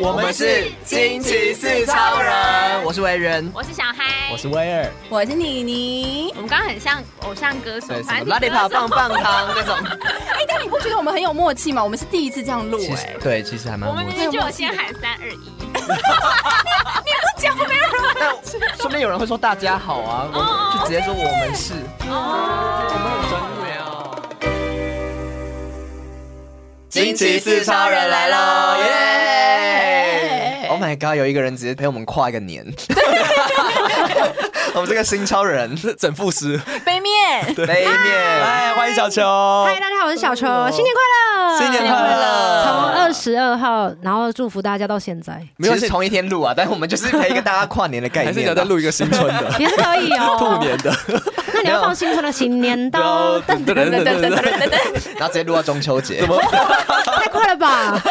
我们是惊奇四超人，我是维人，我是小嗨，我是威尔，我是妮妮我。们刚刚很像偶像歌手对，什么反正拉力跑棒棒糖那种。哎、但你不觉得我们很有默契吗？我们是第一次这样录、 其哎实，对，其实还蛮我们默明契明就有先喊三二一，但说不定有人会说大家好啊，哦我就直接说我们是，哦我们很专业啊。惊奇四超人来喽，耶、 Oh my god！有一个人直接陪我们跨一个 年，我们这个新超 人整副诗，杯面，背面，哎，欢迎小球，嗨，大家好，我是小球，新年快乐！新年快乐从二十二号，然后祝福大家到现在，没有是同一天录啊，但我们就是陪一个大家跨年的概念。还啊是你要再录一个新春的也是可以哦。兔年的，那你要放新春的新年到，等等等等 等，然后直接录到中秋节。太快了吧？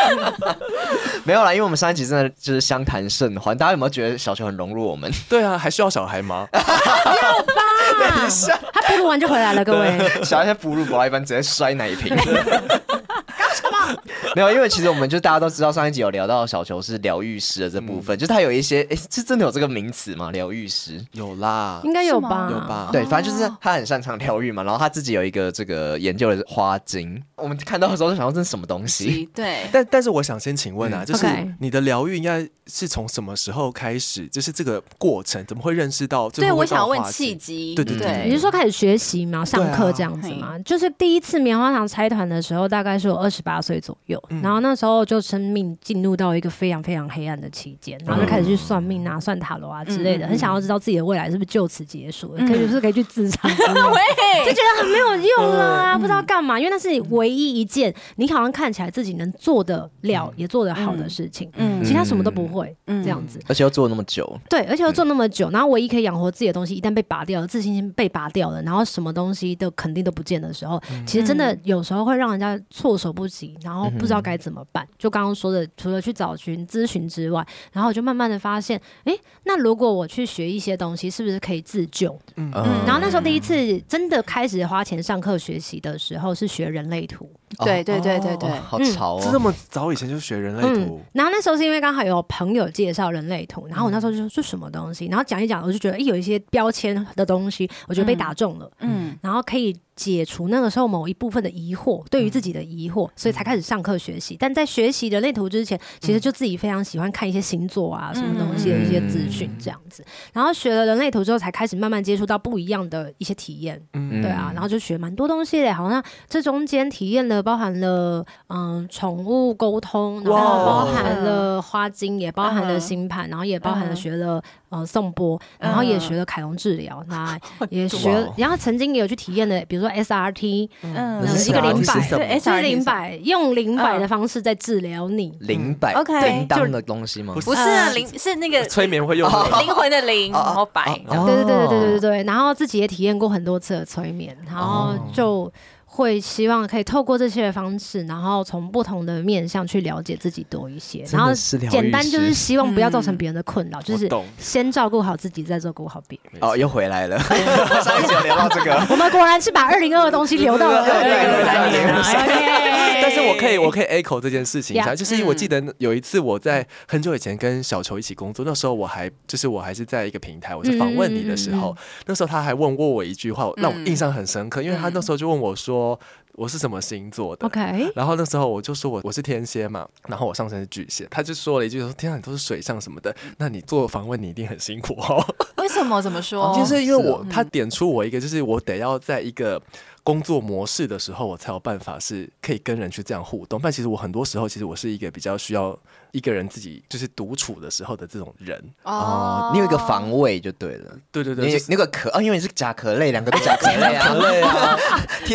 没有啦，因为我们上一集真的就是相谈甚欢，大家有没有觉得小球很融入我们？对啊，还需要小孩吗？等一下，他哺乳完就回来了，各位。 小孩在哺乳，宝宝一般直接摔奶瓶。搞什么？ 没有，因为其实我们就大家都知道，上一集有聊到小球是疗愈师的这部分，就是他有一些，哎、是真的有这个名词吗？疗愈师。 有啦，应该有吧？有？吧？对，反正就是他很擅长疗愈嘛，然后他自己有一个这个研究的花精，我们看到的时候就想到这是什么东西？对，但但是我想先请问啊，就是 OK 你的疗愈应该是从什么时候开始？就是这个过程怎么会认识到？最对后我会到想问化解契机，对对对你是说开始学习嘛，上课这样子嘛？就是第一次棉花糖拆团的时候，大概是我二十八岁左右，然后那时候就生命进入到一个非常非常黑暗的期间，然后就开始去算命啊、算塔罗啊嗯之类的，很想要知道自己的未来是不是就此结束，可以是不是可以去自杀之类 的？就喂，觉得很没有用了啊，不知嗯道干嘛，因为那是你唯一一件你好像看起来自己能做得了、也做得好的事情，嗯其他什么都不会，嗯这样子。而且又做了那么久，对，而且又做那么久，然后唯一可以养活自己的东西一旦被拔掉了，自信心被拔掉了，然后什么东西都肯定都不见的时候，其实真的有时候会让人家措手不及，然后不知道该怎么办。就刚刚说的，除了去找寻咨询之外，然后我就慢慢的发现，诶，那如果我去学一些东西，是不是可以自救？嗯，然后那时候第一次真的开始花钱上课学习的时候是学人类图，对对对对对哦好潮这哦，么早以前就学人类图，嗯然后那时候是因为刚好有朋友介绍人类图，然后我那嗯时候就说这什么东西，然后讲一讲，我就觉得诶有一些标签的东西，我觉得被打中了，嗯，然后可以解除那个时候某一部分的疑惑，对于自己的疑惑，嗯所以才开始上课学习。但在学习人类图之前，嗯其实就自己非常喜欢看一些星座啊、什么东西的一些资讯这样子。然后学了人类图之后，才开始慢慢接触到不一样的一些体验，嗯对啊，然后就学蛮多东西的，好像这中间体验了包含了嗯宠物沟通，然后哇包含了花精，也包含嗯了星盘，然后也包含嗯了学了呃颂钵，然后也学了凯龙治疗，那也学，然后曾经也有去体验的，比如说 SRT，嗯呃那是一个零灵是摆，什么对就是 SRT 灵摆，用灵摆的方式在治疗你。零摆 OK，叮当的东西吗？不是啊灵，是那个催眠会用的。灵魂的灵，然后白这样哦对对对对对对对，然后自己也体验过很多次的催眠，然后哦就会希望可以透过这些方式，然后从不同的面向去了解自己多一些，真然后的是疗愈简单就是师嗯希望不要造成别人的困扰，就我是懂先照顾好自己，再照顾好别人。哦，又回来了。上一集有聊到这个，我们果然是把二零二的东西留 到了对二零对对二三对年啊。但是我可以，我可以 echo 这件事情一下，哎 Yeah，嗯就是我记得有一次我在很久以前跟小球一起工作，那时候我还就是我还是在一个平台，我是访问你的时嗯候，那时候他还问过我一句话，让我印象很深刻，因为他那时候就问我说我是什么星座的。 OK，然后那时候我就说我我是天蝎嘛，然后我上身是巨蟹，他就说了一句说天啊你都是水象什么的，那你做访问你一定很辛苦哦。为什么？怎么说？就是因为我他点出我一个，就是我得要在一个工作模式的时候，我才有办法是可以跟人去这样互动。但其实我很多时候，其实我是一个比较需要一个人自己就是独处的时候的这种人。 哦，你有一个防卫就对了，对对对，你就有是那个壳哦，因为你是甲壳类，两个都甲壳类啊，对啊，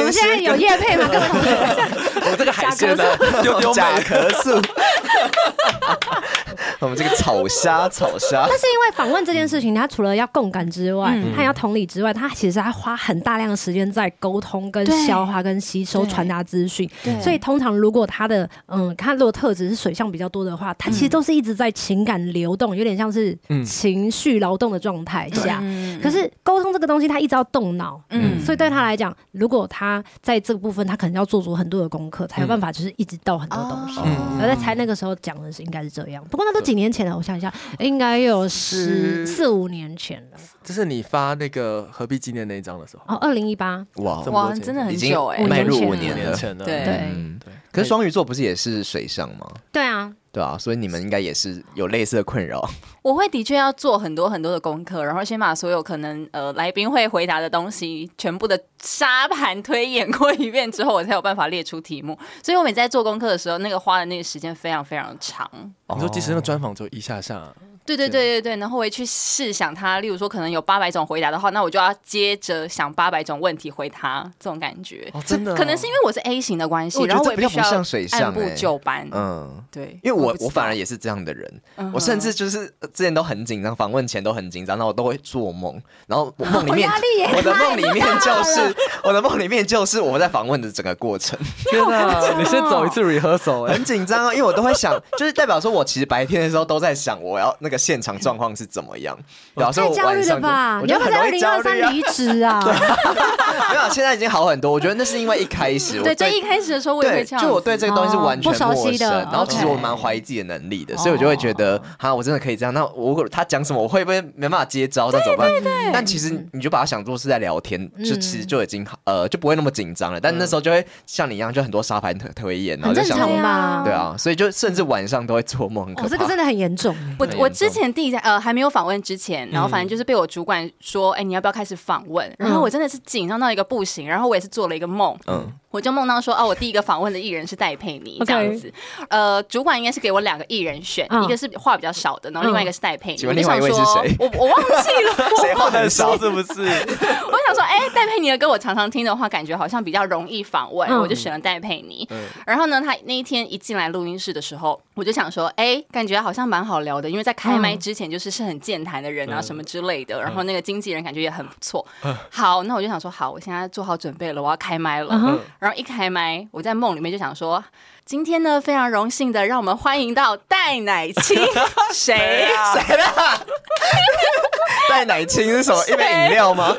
我们现在有叶配吗？各位我这个海鲜呢，丢丢甲妹，壳素。 我们这个炒虾，炒虾但是因为访问这件事情，他除了要共感之外，嗯他也要同理之外，他其实还花很大量的时间在沟通、跟对消化、跟吸收、对传达资讯。对所以通常如果他的嗯，他如果特质是水象比较多的话，他嗯其实都是一直在情感流动，有点像是嗯情绪劳动的状态下。嗯可是沟通这个东西，他一直要动脑，嗯所以对他来讲，如果他在这个部分，他可能要做足很多的功课，才有办法就是一直到很多东哦西。嗯我在猜那个时候讲的是应该是这样，不过那都几年前了，我想一下，应该有十十四五年前了。这是你发那个何必纪念那一张的时候，哦，二零一八，哇哦这么哇，真的很已经久哎、五迈年入前五了五年年了。前呢？对嗯，对，可是双鱼座不是也是水象吗？对啊，对啊，所以你们应该也是有类似的困扰。我会的确要做很多很多的功课，然后先把所有可能呃来宾会回答的东西全部的沙盘推演过一遍之后，我才有办法列出题目。所以我每次在做功课的时候，那个花的那个时间非常非常长。你说即使那个专访只有一下下，对对对对对，然后我也去试想它，例如说可能有八百种回答的话，那我就要接着想八百种问题回答，这种感觉。哦，真的哦，可能是因为我是 A 型的关系，嗯我觉得然后我这也比较必须要不像水象按部欸就班。嗯，对，因为我哦不知我反道而也是这样的人，嗯我甚至哼就是呃之前都很紧张，访问前都很紧张，然后我都会做梦，然后我梦里我面压力也，我的梦里面就是我的梦里面就是我在访问的整个过程，天哪，你先走一次 rehearsal 哎很，紧张啊，因为我都会想，就是代表说我其实白天的时候都在想我要那个现场状况是怎么样，表示太我焦晚虑了上就吧？我你就要不要很容在二易零焦虑二三啊，离职啊？ 没有，啊现在已经好很多，我觉得那是因为一开始我对最一开始的时候我也对，会这样子，就我对这个东西是完全哦不熟陌悉的哦生，然后其实 OK 我蛮怀疑自己的能力的，所以我就会觉得，哈，我真的可以这样。那我如果他讲什么，我会不会没办法接招？那怎么办？但其实嗯你就把它想做是在聊天，就其实就已经呃就不会那么紧张了。但嗯那时候就会像你一样，就很多沙盘推推演，然后很就正想常对吧啊？对，啊，所以就甚至晚上都会做梦，很可哦，怕这个真的 很严重。我很我严之重前第一家呃还没有访问之前，然后反正就是被我主管说，哎、你要不要开始访问？然后我真的是紧张到一个不行，然后我也是做了一个梦，嗯我就梦到说，哦、我第一个访问的艺人是戴佩妮 OK 这样子。呃，主管应该是给我两个艺人选，嗯一个是话比较少的，然后另外一个是戴佩妮。请问我就另外一位想是说谁我我忘记了，谁话很少？是不是？我想说，哎、戴佩妮的歌我常常听的话，感觉好像比较容易访问，嗯我就选了戴佩妮。嗯然后呢，他那一天一进来录音室的时候，我就想说，哎、感觉好像蛮好聊的，因为在开嗯麦之前就是是很健谈的人啊，嗯什么之类的。然后那个经纪人感觉也很不错。嗯好，那我就想说，好，我现在做好准备了，我要开麦了。嗯哼然后一开麦，我在梦里面就想说，今天呢，非常荣幸的让我们欢迎到戴奶 青，谁？啊谁啦？带奶青是什 么？一杯饮料吗？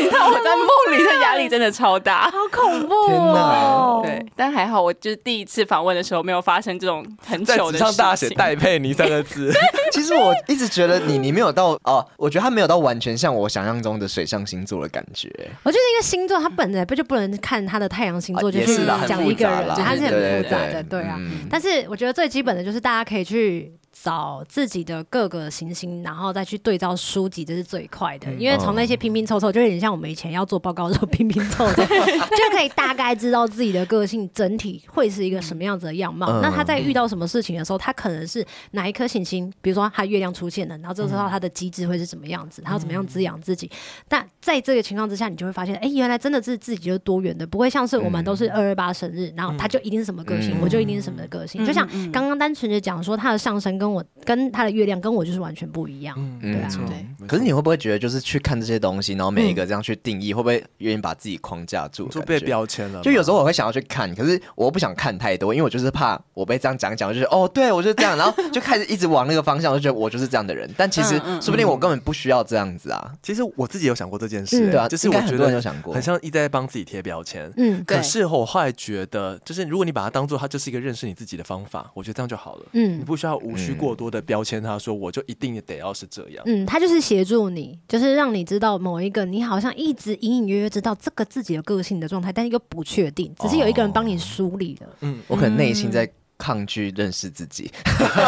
你看我在梦里的压力真的超大。好恐怖天哦哪！对，，但还好，我就是第一次访问的时候没有发生这种很在糗纸的上大事写情 戴佩妮三个字， 其实我一直觉得你你没有到哦，我觉得他没有到完全像我想象中的水象星座的感觉。我觉得一个星座，它本来不就不能看它的太阳星座，啊就也是啦，嗯很讲复一个杂人啦，，它是很对复杂的，对啊。嗯但是我觉得最基本的就是大家可以去找自己的各个行星，然后再去对照书籍，这是最快嗯的。因为从那些拼拼凑凑，就有点像我们以前要做报告的时候拼拼凑 凑，就可以大概知道自己的个性整体会是一个什么样子的样貌。嗯那他在遇到什么事情的时候，他可能是哪一颗行星，比如说他月亮出现了，然后就知道他的机制会是什么样嗯子，他要怎么样滋养自己。但在这个情况之下，你就会发现，哎，原来真的是自己就是多元的，不会像是我们都是二二八生日，然后他就一定是什么个性，嗯我就一定是什么个性。嗯就像嗯嗯刚刚单纯的讲说，他的上升跟我跟他的月亮跟我就是完全不一样。嗯，嗯对啊错对没错可是你会不会觉得，就是去看这些东西，然后每一个这样去定义，会不会有点把自己框架住你的感觉？说被标签了吗，就有时候我会想要去看，可是我不想看太多，因为我就是怕我被这样讲一讲，我就是哦，对我就是这样，然后就开始一直往那个方向，我就觉得我就是这样的人。但其实嗯嗯说不定我根本不需要这样子啊。其实我自己有想过这件事、嗯欸对啊就是应我该觉很多得人有想过很像一直在帮自己贴标签。嗯对可是我后来觉得，就是如果你把它当做它就是一个认识你自己的方法，我觉得这样就好了。你嗯不需要无需过多的标签，他说我就一定得要是这样。嗯，他就是协助你，就是让你知道某一个你好像一直隐隐约约知道这个自己的个性的状态，但是又不确定，只是有一个人帮你梳理了。我可能内心在抗拒认识自己。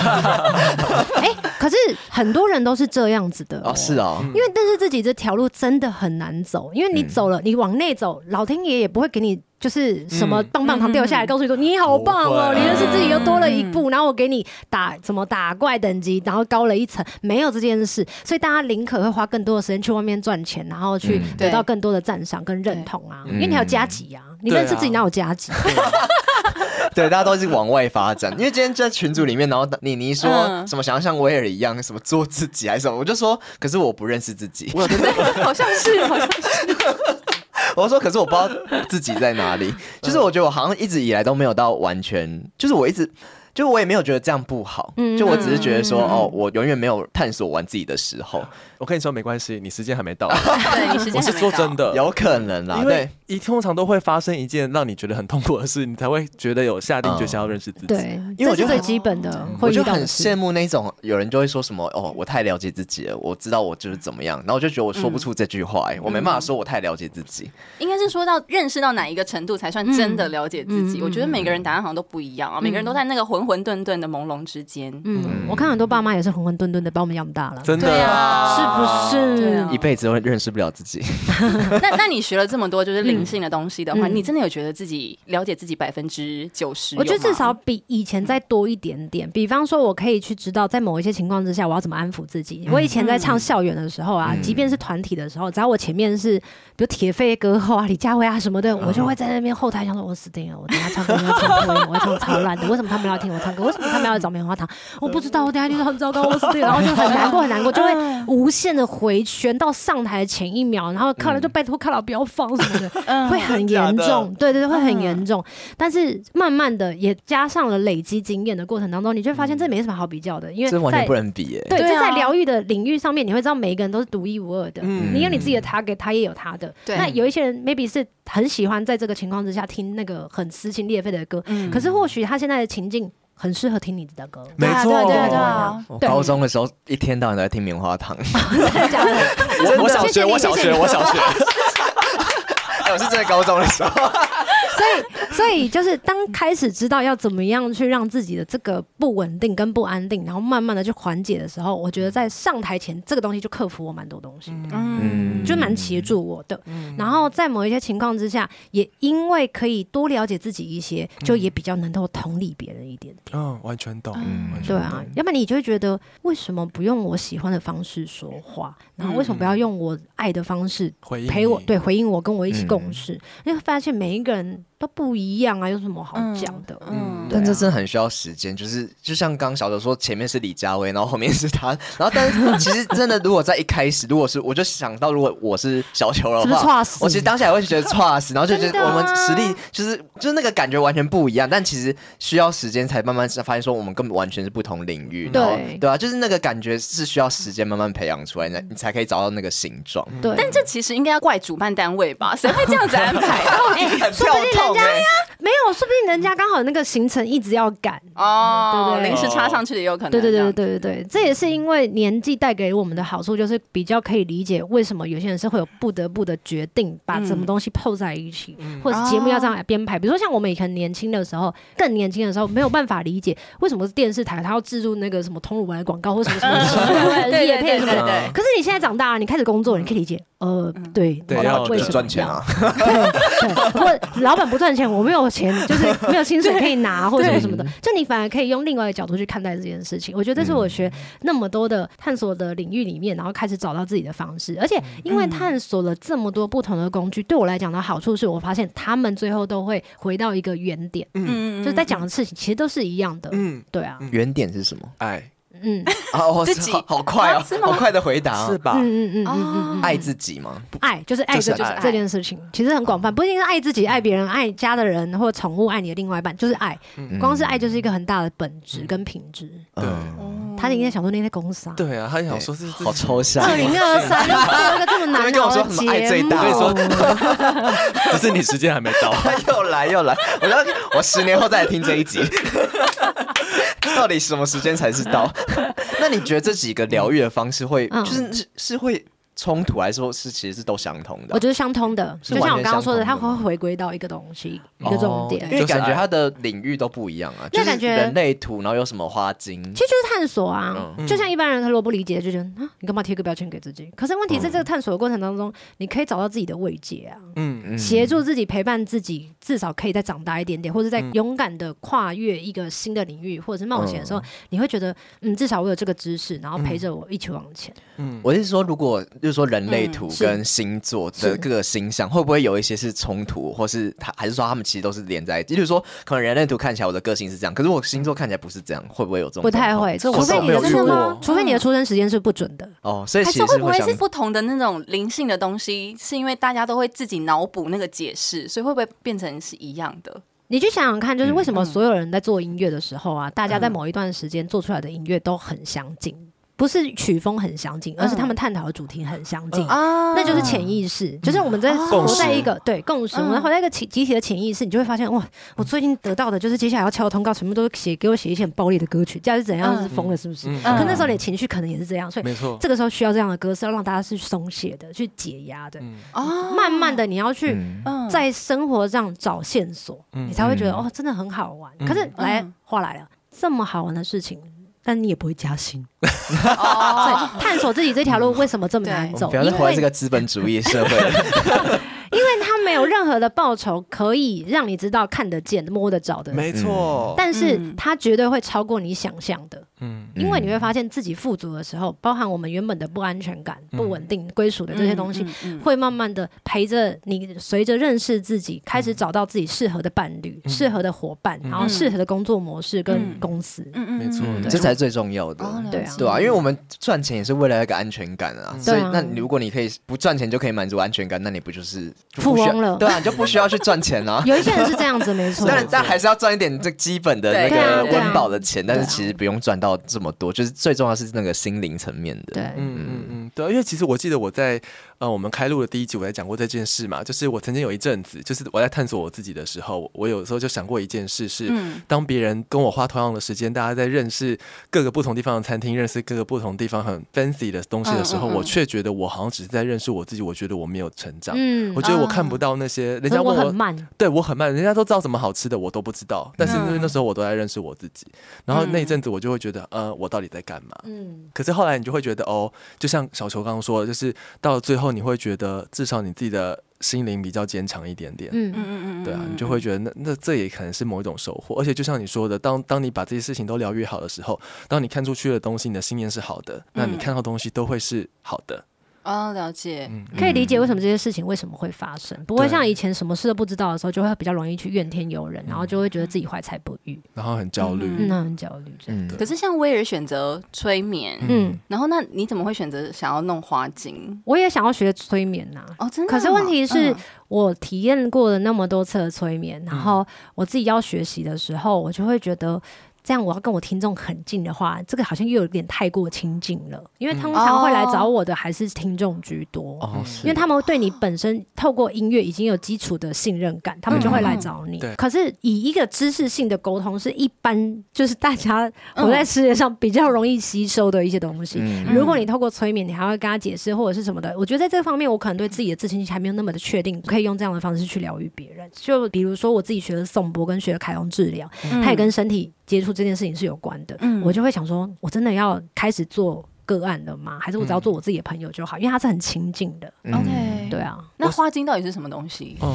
哎、可是很多人都是这样子的哦，是哦，因为但是自己这条路真的很难走，因为你走了，你往内走，老天爷也不会给你就是什么棒棒糖掉下来，告诉你说、你好棒哦，不会你认识自己又多了一步，然后我给你打怎么打怪等级，然后高了一层，没有这件事，所以大家宁可会花更多的时间去外面赚钱，然后去嗯得到对更多的赞赏跟认同啊，对因为你还有加级啊，你对啊认识自己哪有加级？ 对，大家都是往外发展。因为今天在群组里面，然后妮妮说嗯什么想要像威尔一样，什么做自己还是什么，我就说，可是我不认识自己。我有跟好像是，好像是。 我说，可是我不知道自己在 哪里。就是我觉得我好像一直以来都没有到完全，就是我一直。就是我也没有觉得这样不好，嗯就我只是觉得说，哦，我永远没有探索完自己的时候，我跟你说没关系，你时间还没到。对你时我间是还说没真到。的，有可能啦，因对为，一通常都会发生一件让你觉得很痛苦的事，你才会觉得有下定决心要认识自己。对，因为我就这是最很基本的我会遇就到很的羡事。慕那种有人就会说什么哦，我太了解自己了，我知道我就是怎么样，然后我就觉得我说不出这句话、哎、我没办法说我太了解自己。应该是说到认识到哪一个程度才算真的了解自己。嗯嗯我觉得每个人答案好像都不一样啊，每个人都在那个混混沌沌的朦胧之间。嗯，我看很多爸妈也是浑浑沌沌的把我们养大了，真对的啊是不对是啊？一辈子都认识不了自己，那那你学了这么多就是灵性的东西的话，嗯你真的有觉得自己了解自己百分之九十？我觉得有吗至少比以前再多一点点。比方说，我可以去知道，在某一些情况之下，我要怎么安抚自己。我以前在唱校园的时候啊，嗯即便是团体的时候，只要我前面是比如铁肺歌后啊、李佳薇啊什么的，我就会在那边后台想说，我死定了，我等一下唱歌要唱破音，我唱超烂的，为什么他们要听我唱歌？为什么他们要找棉花糖？我不知道，我等一下就是很糟糕，我死定了，然后就很难过，很难过，就会无限的回旋到上台前一秒，然后靠了就拜托靠了不要放什么的，嗯会很严重，对对对，会很严重。但是慢慢的也加上了累积经验的过程当中，你就会发现这没什么好比较的，因 为这完全在不能比、哎，对，嗯对这啊在疗愈的领域上面，你会知道每一个人都是独一无二的。嗯你有你自己的 target，他也有他的。对那有一些人 maybe 是很喜欢在这个情况之下听那个很撕心裂肺的歌，嗯可是或许他现在的情境很适合听你的歌。没错，对啊对啊我对高中的时候一天到晚都在听棉花糖， 真的假的？ 我我小谢谢学，你我小学，我小学，哎，我是真的高中的啊时候，所以就是当开始知道要怎么样去让自己的这个不稳定跟不安定，然后慢慢的去缓解的时候，我觉得在上台前这个东西就克服我蛮多东西的。嗯，就蛮协助我的，然后在某一些情况之下，也因为可以多了解自己一些，就也比较能够同理别人一点点。嗯，完全懂，嗯完对全啊，要不然你就会觉得为什么不用我喜欢的方式说话，然后为什么不要用我爱的方式回应陪我你，对回应我，跟我一起共嗯事？因为发现每一个人都不一样啊，有什么好讲的？嗯但这真的很需要时间，就是就像刚小九说，前面是李佳薇，然后后面是他，然后但是其实真的，如果在一开始，如果是我就想到，如果我是小球的 是不是话，差死？我其实当下也会觉得差死，然后就觉真的得我啊们实力就是就是那个感觉完全不一样，但其实需要时间才慢慢发现说我们根本完全是不同领域，对然后对啊，就是那个感觉是需要时间慢慢培养出来，那你才可以找到那个形状，对，但这其实应该要怪主办单位吧？谁会这样子安 排啊？很跳痛哎，没有，说不定人家刚好那个行程一直要赶。哦，对对对临时插上去的也有可能。对对这样对对对对，这也是因为年纪带给我们的好处，就是比较可以理解为什么有些人是会有不得不的决定，把什么东西泡在一起，嗯或者是节目要这样来编排。比如说像我们以前年轻的时候，更年轻的时候没有办法理解为什么是电视台它要置入那个什么通乳丸的广告或什么什么奇怪的 对夜对配对什么的。对对，可是你现在长大了，你开始工作，你可以理解，呃，对，对老板要为对什么赚钱啊，对，或老板不赚钱，我没有钱， 就是没有薪水可以拿，或者什么什么的，就你反而可以用另外一个角度去看待这件事情。我觉得这是我学那么多的探索的领域里面，然后开始找到自己的方式。而且因为探索了这么多不同的工具，对我来讲的好处是我发现他们最后都会回到一个原点，嗯就是在讲的事情其实都是一样的。嗯，哎对啊，原点是什么？爱嗯啊，我自己好好快哦，好快的回答啊是，吧？嗯嗯嗯嗯嗯，爱自己吗？爱就是爱就是这爱哦这件事情，其实很广泛，不一定是爱自己、爱别人、爱家的人或宠物、爱你的另外一半，就是爱。光是爱就是一个很大的本质跟品质。对嗯他应该想说那些公司啊，对啊，他想说是好抽象二哦，零二三做一个这么 难跟我熬说的什么爱最节目，大哦我只是你时间还没到。 又来又来，我要我十年后再来听这一 集，到底什么时间才是 到？那你觉得这几个疗愈的方式会，嗯就是是是会冲突，还是说是其实是都相同的啊、我觉得相通的，是就像我刚刚说的，完全它相通的会回归到一个东西，一个重点。哦因为就是啊感觉爱它的领域都不一样啊，那就是感觉人类图，然后有什么花精，其实就是探索啊，嗯就像一般人他如果不理解，就觉得啊，你干嘛贴个标签给自己？可是问题嗯在这个探索的过程当中，你可以找到自己的慰藉啊。 嗯，协助自己陪伴自己，至少可以再长大一点点，或者在勇敢的跨越一个新的领域，或者是冒险的时候，你会觉得，嗯，至少我有这个知识，然后陪着我一起往前。我是说，如果就如说人类图嗯是跟星座的各个星象，会不会有一些是冲突，或是它还是说他们其实都是连在一起？例如说，可能人类图看起来我的个性是这样，可是我星座看起来不是这样，会不会有这种不太状况会，这我除非倒你没有的遇出过生，除非你的出生时间是不准的。哦？所以还其是实会不会会想是不同的那种灵性的东西？是因为大家都会自己脑补那个解释，所以会不会变成是一样的？你去想想看，就是为什么嗯所有人在做音乐的时候啊，大家在嗯某一段时间做出来的音乐都很相近，不是曲风很相近，而是他们探讨的主题很相近。啊那就是潜意识，就是我们在哦活在一个对共识，嗯我们活在一个集集体的潜意识，你就会发现哇，我最近得到的就是接下来要敲的通告，全部都是写给我写一些很暴力的歌曲，这样是怎样嗯是疯了是不是？嗯嗯可那时候你的情绪可能也是这样，所以没错，这个时候需要这样的歌是要让大家是松懈的，去解压的。嗯啊慢慢的，你要去嗯嗯在生活上找线索，嗯你才会觉得嗯哦，真的很好玩。嗯可是来嗯话来了，这么好玩的事情。但你也不会加薪，所哦，以探索自己这条路为什么这么难对我们？走不要再因活在为这个资本主义社会了。因为它没有任何的报酬可以让你知道看得见、摸得着的，没错，但是嗯它绝对会超过你想象的。嗯 因为你会发现自己富足的时候，包含我们原本的不安全感、嗯不稳定、归属的这些东西，嗯嗯会慢慢的陪着你，随着认识自己，开始找到自己适合的伴侣、嗯适合的伙伴，嗯然后适合的工作模式跟嗯公司。嗯嗯没错嗯嗯对这才是最重要的。哦了对啊解对啊，因为我们赚钱也是为了一个安全感啊，嗯所以对啊那你如果你可以不赚钱就可以满足安全感，那你不就是就富不需要翁了。对啊，你就不需要去赚钱啊有一些人是这样子， 没错当。然，但还是要赚一点这基本的那对啊个对啊温饱的钱，但是对啊其实不用赚到这么多，就是最重要是那个心灵层面的。对，嗯嗯嗯，对，因为其实我记得我在呃我们开录的第一集，我在讲过这件事嘛，就是我曾经有一阵子，就是我在探索我自己的时候，我有时候就想过一件事是，嗯当别人跟我花同样的时间，大家在认识各个不同地方的餐厅，认识各个不同地方很 fancy 的东西的时候，嗯嗯嗯我却觉得我好像只是在认识我自己，我觉得我没有成长。嗯我觉得我看不到那些、人可是家我问我很慢，对我很慢，人家都知道什么好吃的，我都不知道。但是因为那时候我都在认识我自己，然后那一阵子我就会觉得，呃，我到底在干嘛？嗯，可是后来你就会觉得，哦，就像小球刚刚说的，就是到了最后，你会觉得至少你自己的心灵比较坚强一点点。嗯嗯嗯嗯，对啊，你就会觉得那那这也可能是某一种收获，而且就像你说的，当当你把这些事情都疗愈好的时候，当你看出去的东西，你的信念是好的，那你看到东西都会是好的。哦，了解，嗯，可以理解为什么这些事情为什么会发生，不会对像以前什么事都不知道的时候，就会比较容易去怨天尤人，然后就会觉得自己怀才不遇，然后很焦虑。嗯嗯，那很焦虑，真的。嗯，可是像威尔选择催眠，嗯，然后那你怎么会选择想要弄花精？我也想要学催眠呐、哦，真的哦。可是问题是嗯，我体验过了那么多次的催眠，然后我自己要学习的时候，我就会觉得。这样我要跟我听众很近的话，这个好像又有点太过亲近了，因为通常会来找我的还是听众居多，哦，嗯因为他们对你本身透过音乐已经有基础的信任感，他们就会来找你。对可是以一个知识性的沟通，是一般就是大家嗯活在世界上比较容易吸收的一些东西。嗯如果你透过催眠，你还会跟他解释或者是什么的，我觉得在这方面，我可能对自己的自信心还没有那么的确定，可以用这样的方式去疗愈别人。就比如说我自己学的颂钵跟学的凯龙治疗，嗯它也跟身体接触这件事情是有关的。嗯我就会想说，我真的要开始做个案了吗？还是我只要做我自己的朋友就好？因为它是很亲近的，嗯 OK，对。啊。那花精到底是什么东西？哦，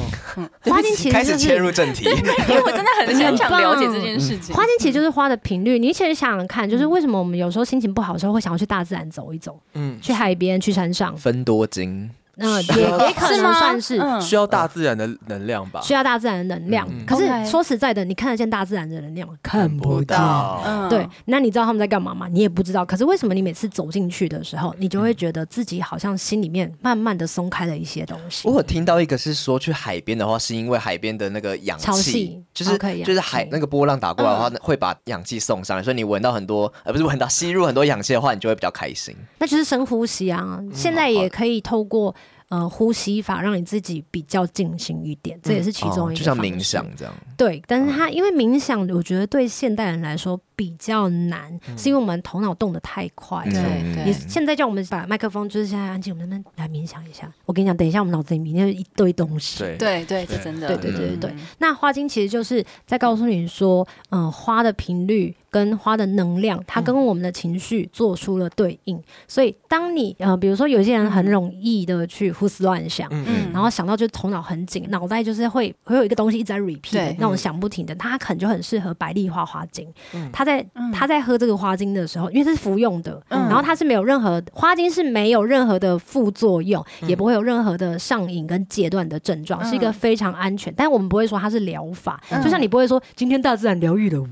花精其开实就始切是入 正题， 因为我真的很很想了解这件事情。花精，其实就是花的频率。你其实想想看，就是为什么我们有时候心情不好的时候会想要去大自然走一走，嗯，去海边、去山上，分多金，那也也可是能吗？算是嗯需要大自然的能量吧。需要大自然的能量。嗯可 OK 是说实在的，你看得见大自然的能量吗？看不到。到嗯对，那你知道他们在干嘛吗？你也不知道。可是为什么你每次走进去的时候，你就会觉得自己好像心里面慢慢的松开了一些东西我？有听到一个是说去海边的话，是因为海边的那个氧潮气汐，就是哦可以就是氧海气嗯那个波浪打过来的话，那会把氧气送上来，所以你闻到很多，呃，不是闻到吸入很多氧气的话，你就会比较开心。那就是深呼吸啊。嗯现在也可以透过呃呼吸法让你自己比较静心一点，这也是其中哦一个、就像冥想。嗯这样，对，但是它因为冥想，我觉得对现代人来说比较难，是因为我们头脑动得太快了。对嗯对你现在叫我们把麦克风，就是现在安静，我们那边来冥想一下。我跟你讲，等一下我们脑子里面有一堆东西。对，对对，这真的，对对对嗯对，那花精其实就是在告诉你说，嗯、花的频率跟花的能嗯量，它跟我们的情绪做出了对应。所以，当你呃，比如说有些人很容易的去胡思乱想。嗯嗯然后想到就是头脑很紧，脑袋就是会会有一个东西一直在 repeat 对的那种嗯想不停的，它可能就很适合白丽花花精，它在嗯他在喝这个花精的时候，因为它是服用的，嗯然后它是没有任何花精是没有任何的副作用，嗯也不会有任何的上瘾跟戒断的症状，嗯是一个非常安全。但我们不会说它是疗法，嗯就像你不会说今天大自然疗 愈了我，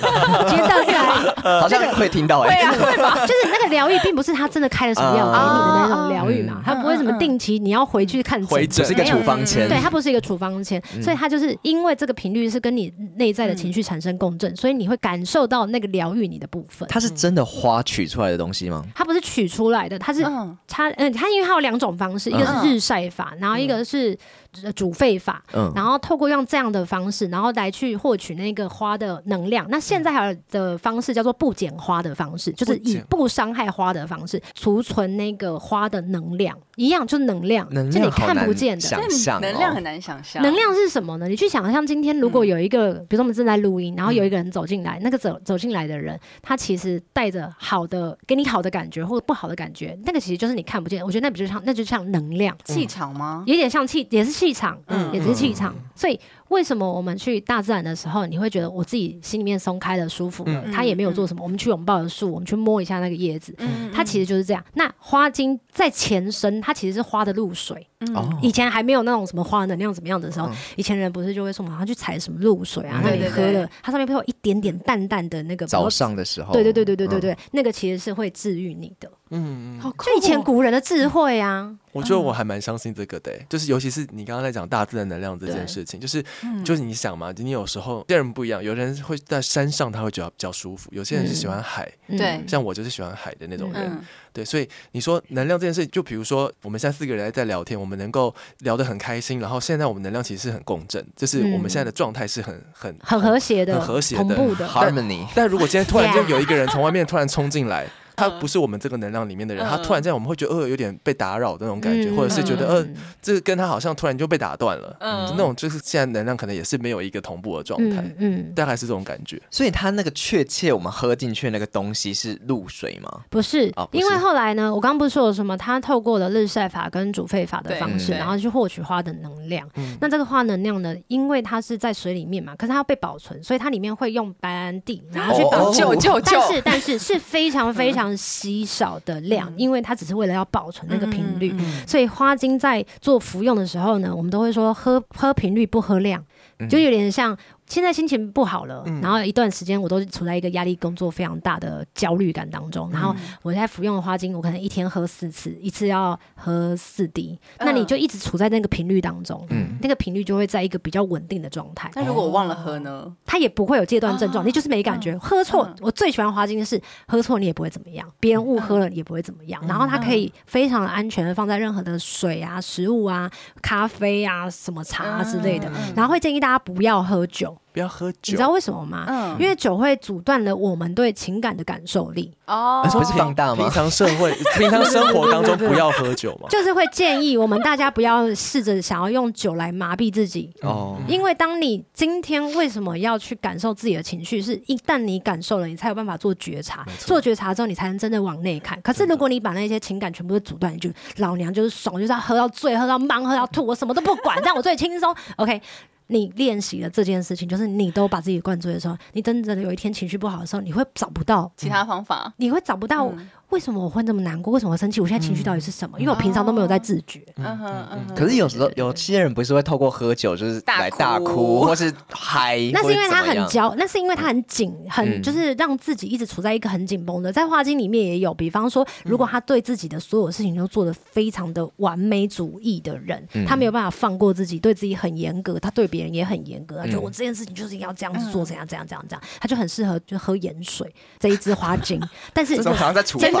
今天大自然好像会听到哎、欸，啊 就是那个疗愈，并不是他真的开了什么药给你的那种疗愈嘛嗯，他不会什么嗯嗯定期你要回去看回诊诊这个处方签啊对，它不是一个处方签，嗯所以它就是因为这个频率是跟你内在的情绪产生共振，所以你会感受到那个疗愈你的部分。它是真的花取出来的东西吗？它不是取出来的，它是嗯它嗯，它因为它有两种方嗯式，一个是日晒法，然后一个是呃煮沸法，嗯，然后透过用这样的方式，然后来去获取那个花的能量。那嗯现在还有的方式叫做不剪花的方式，就是不以剪不伤害花的方式储存那个花的能量，一样就是能量，能就你量好看难不见的。想象哦能量很难想象，能量是什么呢？你去想象，今天如果有一个，嗯比如说我们正在录音，然后有一个人走进来，那个走走进来的人，他其实带着好的，给你好的感觉或者不好的感觉，那个其实就是你看不见。我觉得那比就像，那就像能量。气场吗？有点像气，也是气场，嗯也只是气场。所以为什么我们去大自然的时候，你会觉得我自己心里面松开了、舒服了？嗯他也没有做什么，我们去拥抱了树，我们去摸一下那个叶子，嗯它其实就是这样。那花精在前身，它其实是花的露水。嗯哦，以前还没有那种什么花能量怎么样的时候嗯，以前人不是就会说嘛，他去采什么露水啊嗯，那你对对喝对了，它上面会有一点点淡淡的那个早。上的时候，对对对对对对嗯，对，那个其实是会治愈你的，嗯，嗯好酷哦就以前古人的智慧啊。我觉得我还蛮相信这个的欸、就是尤其是你刚刚在讲大自然能量这件事情，就是嗯就是你想嘛，你有时候有些人不一样，有人会在山上他会觉得比较舒服，有些人是喜欢海，嗯对像我就是喜欢海的那种人，嗯对，所以你说能量这件事，就比如说我们现在四个人在聊天，我们能够聊得很开心，然后现在我们能量其实是很共振，就是我们现在的状态是很很嗯很和谐的，很和谐的同步的。 ，harmony，但如果今天突然 间 Yeah 嗯有一个人从外面突然冲 进来，他不是我们这个能量里面的人，他突然间我们会觉得呃有点被打扰的那种感觉，嗯或者是觉得嗯呃这个跟他好像突然就被打断了，那种就是现在能量可能也是没有一个同步的状态，嗯嗯，大概是这种感觉。所以它那个确切我们喝进去的那个东西是露水吗？不是哦，不是因为后来呢，我刚刚不是说有什么，他透过了日晒法跟煮沸法的方式，对嗯然后去获取花的能量嗯。那这个花能量呢，因为它是在水里面嘛，可是它要被保存，所以它里面会用白兰地，然后去哦嗯保存。救救救但！是但是是 非常非常稀少的量，因为它只是为了要保存那个频嗯率，嗯所以花精在做服用的时候呢，我们都会说喝喝频率不喝量，就有点像。现在心情不好了，然后一段时间我都处在一个压力、工作非常大的焦虑感当中。然后我现在服用的花精，我可能一天喝四次，一次要喝四滴，嗯那你就一直处在那个频率当中，嗯那个频率就会在一个比较稳定的状态。那如果我忘了喝呢？它也不会有戒断症状，你就是没感觉。喝错，我最喜欢花精的是喝错你也不会怎么样，别人误喝了也不会怎么样。然后它可以非常安全的放在任何的水啊、食物啊、咖啡啊、什么茶啊之类的。然后会建议大家不要喝酒，不要喝你酒知，道为什么吗？嗯，因为酒会阻断了我们对情感的感受力，哦，哎不是放大平吗？常社 会、平常生活当中不要喝酒嘛。就是会建议我们大家不要试着想要用酒来麻痹自己，哦，因为当你今天为什么要去感受自己的情绪，是一旦你感受了，你才有办法做觉察没。错做觉察之后，你才能真的往内看。可是真的如果你把那些情感全部都阻断，你就老娘就是爽，就是要喝到醉，喝到忙，喝到吐，我什么都不管，这样我最轻松。OK。你练习了这件事情，就是你都把自己灌醉的时候，你真正的有一天情绪不好的时候，你会找不到，其他方法。你会找不到嗯为什么我会这么难过，为什么我生气，我现在情绪到底是什么？因为我平常都没有在自觉。嗯哼嗯哼可是有时候有些人不是会透过喝酒就是大来大哭哭， 或是嗨， 那是因为他或者怎么很样焦，那是因为他很紧，很嗯就是让自己一直处在一个很紧绷的。在花精里面也有，比方说，如嗯果他对自己的所有事情都做得非常的完美主义的人，他嗯没有办法放过自己，对自己很严格，他对别人也很严格，他嗯觉得我这件事情就是要这样子做，怎样怎样怎样怎样，他就很适合就喝盐水这一支花 精，但是这种好像在处真罚，的，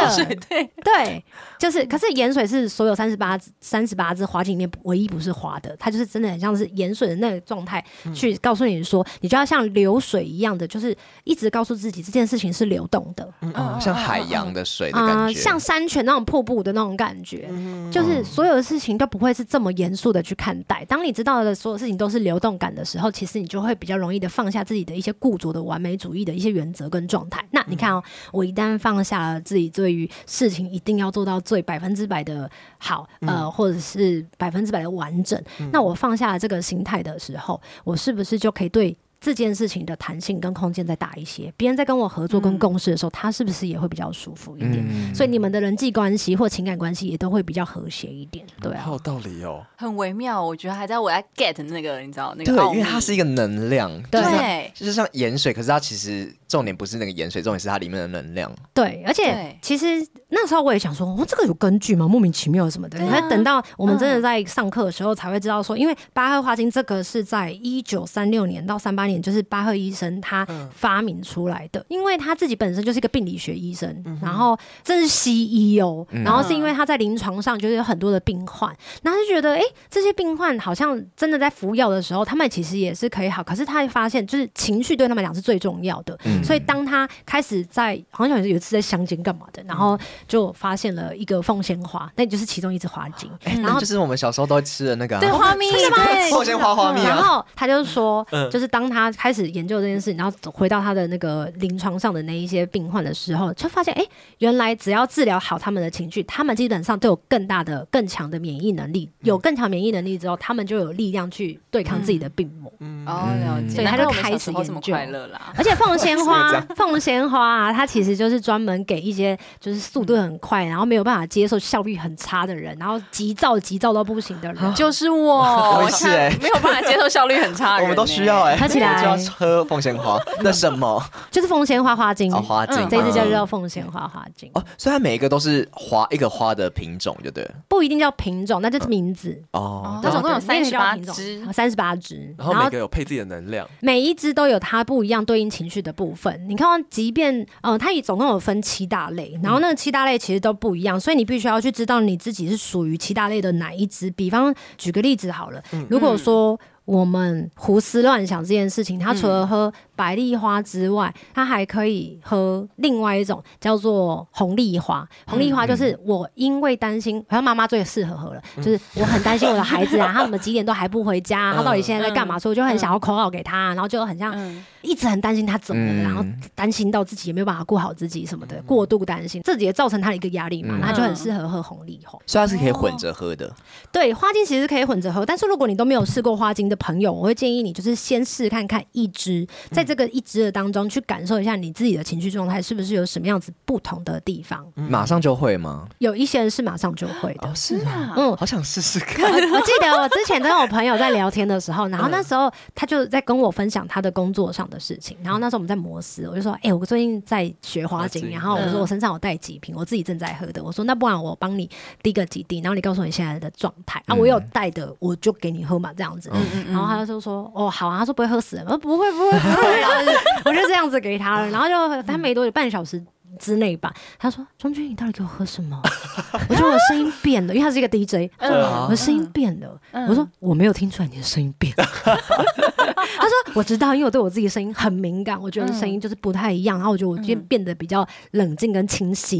对就是，可是盐水是所有三十八三十八只花精里面唯一不是花的，它就是真的很像是盐水的那个状态，去告诉你说，你就要像流水一样的，就是一直告诉自己这件事情是流动的嗯哦嗯像海洋的水的啊、感觉，嗯像山泉那种瀑布的那种感觉，就是所有的事情都不会是这么严肃的去看待。当你知道的所有事情都是流动感的时候，其实你就会比较容易的放下自己的一些固着的完美主义的一些原则跟状态。那你看哦，我一旦放下了自己对于事情一定要做到最百分之百的好，呃，或者是百分之百的完整，那我放下了这个心态的时候，我是不是就可以对？这件事情的弹性跟空间再大一些，别人在跟我合作跟共事的时候，他是不是也会比较舒服一点？嗯所以你们的人际关系或情感关系也都会比较和谐一点，对啊好。有道理哦。嗯很微妙，我觉得还在我在 get 那个，你知道那对个，奥因秘，为它是一个能量，对就是它对就是像盐水，可是它其实重点不是那个盐水，重点是它里面的能量。对，而且对其实那时候我也想说，哦，这个有根据吗？莫名其妙什么的。对啊那、等到我们真的在上课的时候才会知道说，因为巴赫花精这个是在一九三六年到三八年，就是巴赫医生他发明出来嗯的，因为他自己本身就是一个病理学医生，然后这是西医哦，嗯然后是因为他在临床上就是有很多的病患，然后他就觉得，哎，这些病患好像真的在服药的时候，他们其实也是可以好，可是他发现就是情绪对他们来讲是最重要的，嗯所以当他开始在好像有一次在乡间干嘛的，然嗯后就发现了一个凤仙花，那就是其中一只花茎，然哎那后就是我们小时候都会吃的那个、啊，对花蜜，对后先花花蜜然啊，嗯后他就说，就是当他开始研究这件事，然后回到他的那个临床上的那一些病患的时候，就发现，哎，原来只要治疗好他们的情绪，他们基本上都有更大的、更强的免疫能力。有嗯更强免疫能力之后，他们就有力量去对抗自己的病魔。哦，了解，所以他就难怪我们开小始时候这么研究快乐 啦。而且凤仙是这花样，凤仙花啊，它其实就是专门给一些就是速度很快，然后没有办法接受效率很差的人，然后急躁急躁到不行的人，就就是我， 我也是欸没有办法接受效率很差的人欸， 我们都需要哎、喝起来我就要喝凤仙花那什么 就是凤仙花花精。哦，花精，嗯这一支叫就做叫凤仙花花精，哦，所以它每一个都是花一个花的品种，就对了不一定叫品种，那就是名字。哦。它总共有对38支，哦三十八支，然后每个有配自己的能量，每一支都有它不一样对应情绪的部分。你看到，即便呃，它也总共有分七大类，然后那个七大类其实都不一样，所以你必须要去知道你自己是属于七大类的哪一支。比方举个例子好了，如果说。我们胡思乱想这件事情，它除了喝百丽花之外，它还可以喝另外一种叫做红丽花。红丽花就是我因为担心，好像妈妈最适合喝了，就是我很担心我的孩子啊，他怎么几点都还不回家、啊，他到底现在在干嘛？所以我就嗯很想要口号给他，然后就很像嗯，一直很担心他怎么了，嗯然后担心到自己也没有办法顾好自己什么的，过度担心，这也造成他的一个压力嘛，嗯然后他就很适合喝红丽花。所以它是可以混着喝的，对，花精其实可以混着喝，但是如果你都没有试过花精的朋友，我会建议你就是先试看看一支，嗯在这个一支的当中去感受一下你自己的情绪状态是不是有什么样子不同的地方。马上就会吗？有一些人是马上就会的。嗯哦，是啊，嗯，好想试试看。 呃我我记得我之前跟我朋友在聊天的时候，然后那时候他就在跟我分享他的工作上的事情，然后那时候我们在摩斯，我就说，哎、我最近在学花花精，嗯精然后我说我身上有带几瓶，我自己正在喝的，我说那不然我帮你滴个几滴，然后你告诉我你现在的状态，啊，我有带的我就给你喝嘛，这样子，嗯然后他就说，哦，好啊，他说不会喝死人吗，我说不会不会不会，然后就是我就这样子给他了，然后就他没多久半小时。之内吧，他说：“钟君，你到底给我喝什么？” 我觉得我的声音变了，因为他是一个 DJ，他说啊我的声音变了。嗯我说我没有听出来你的声音变。 他说我知道，因为我对我自己的声音很敏感，我觉得声音就是不太一样，然后我觉得我今天变得比较冷静跟清晰，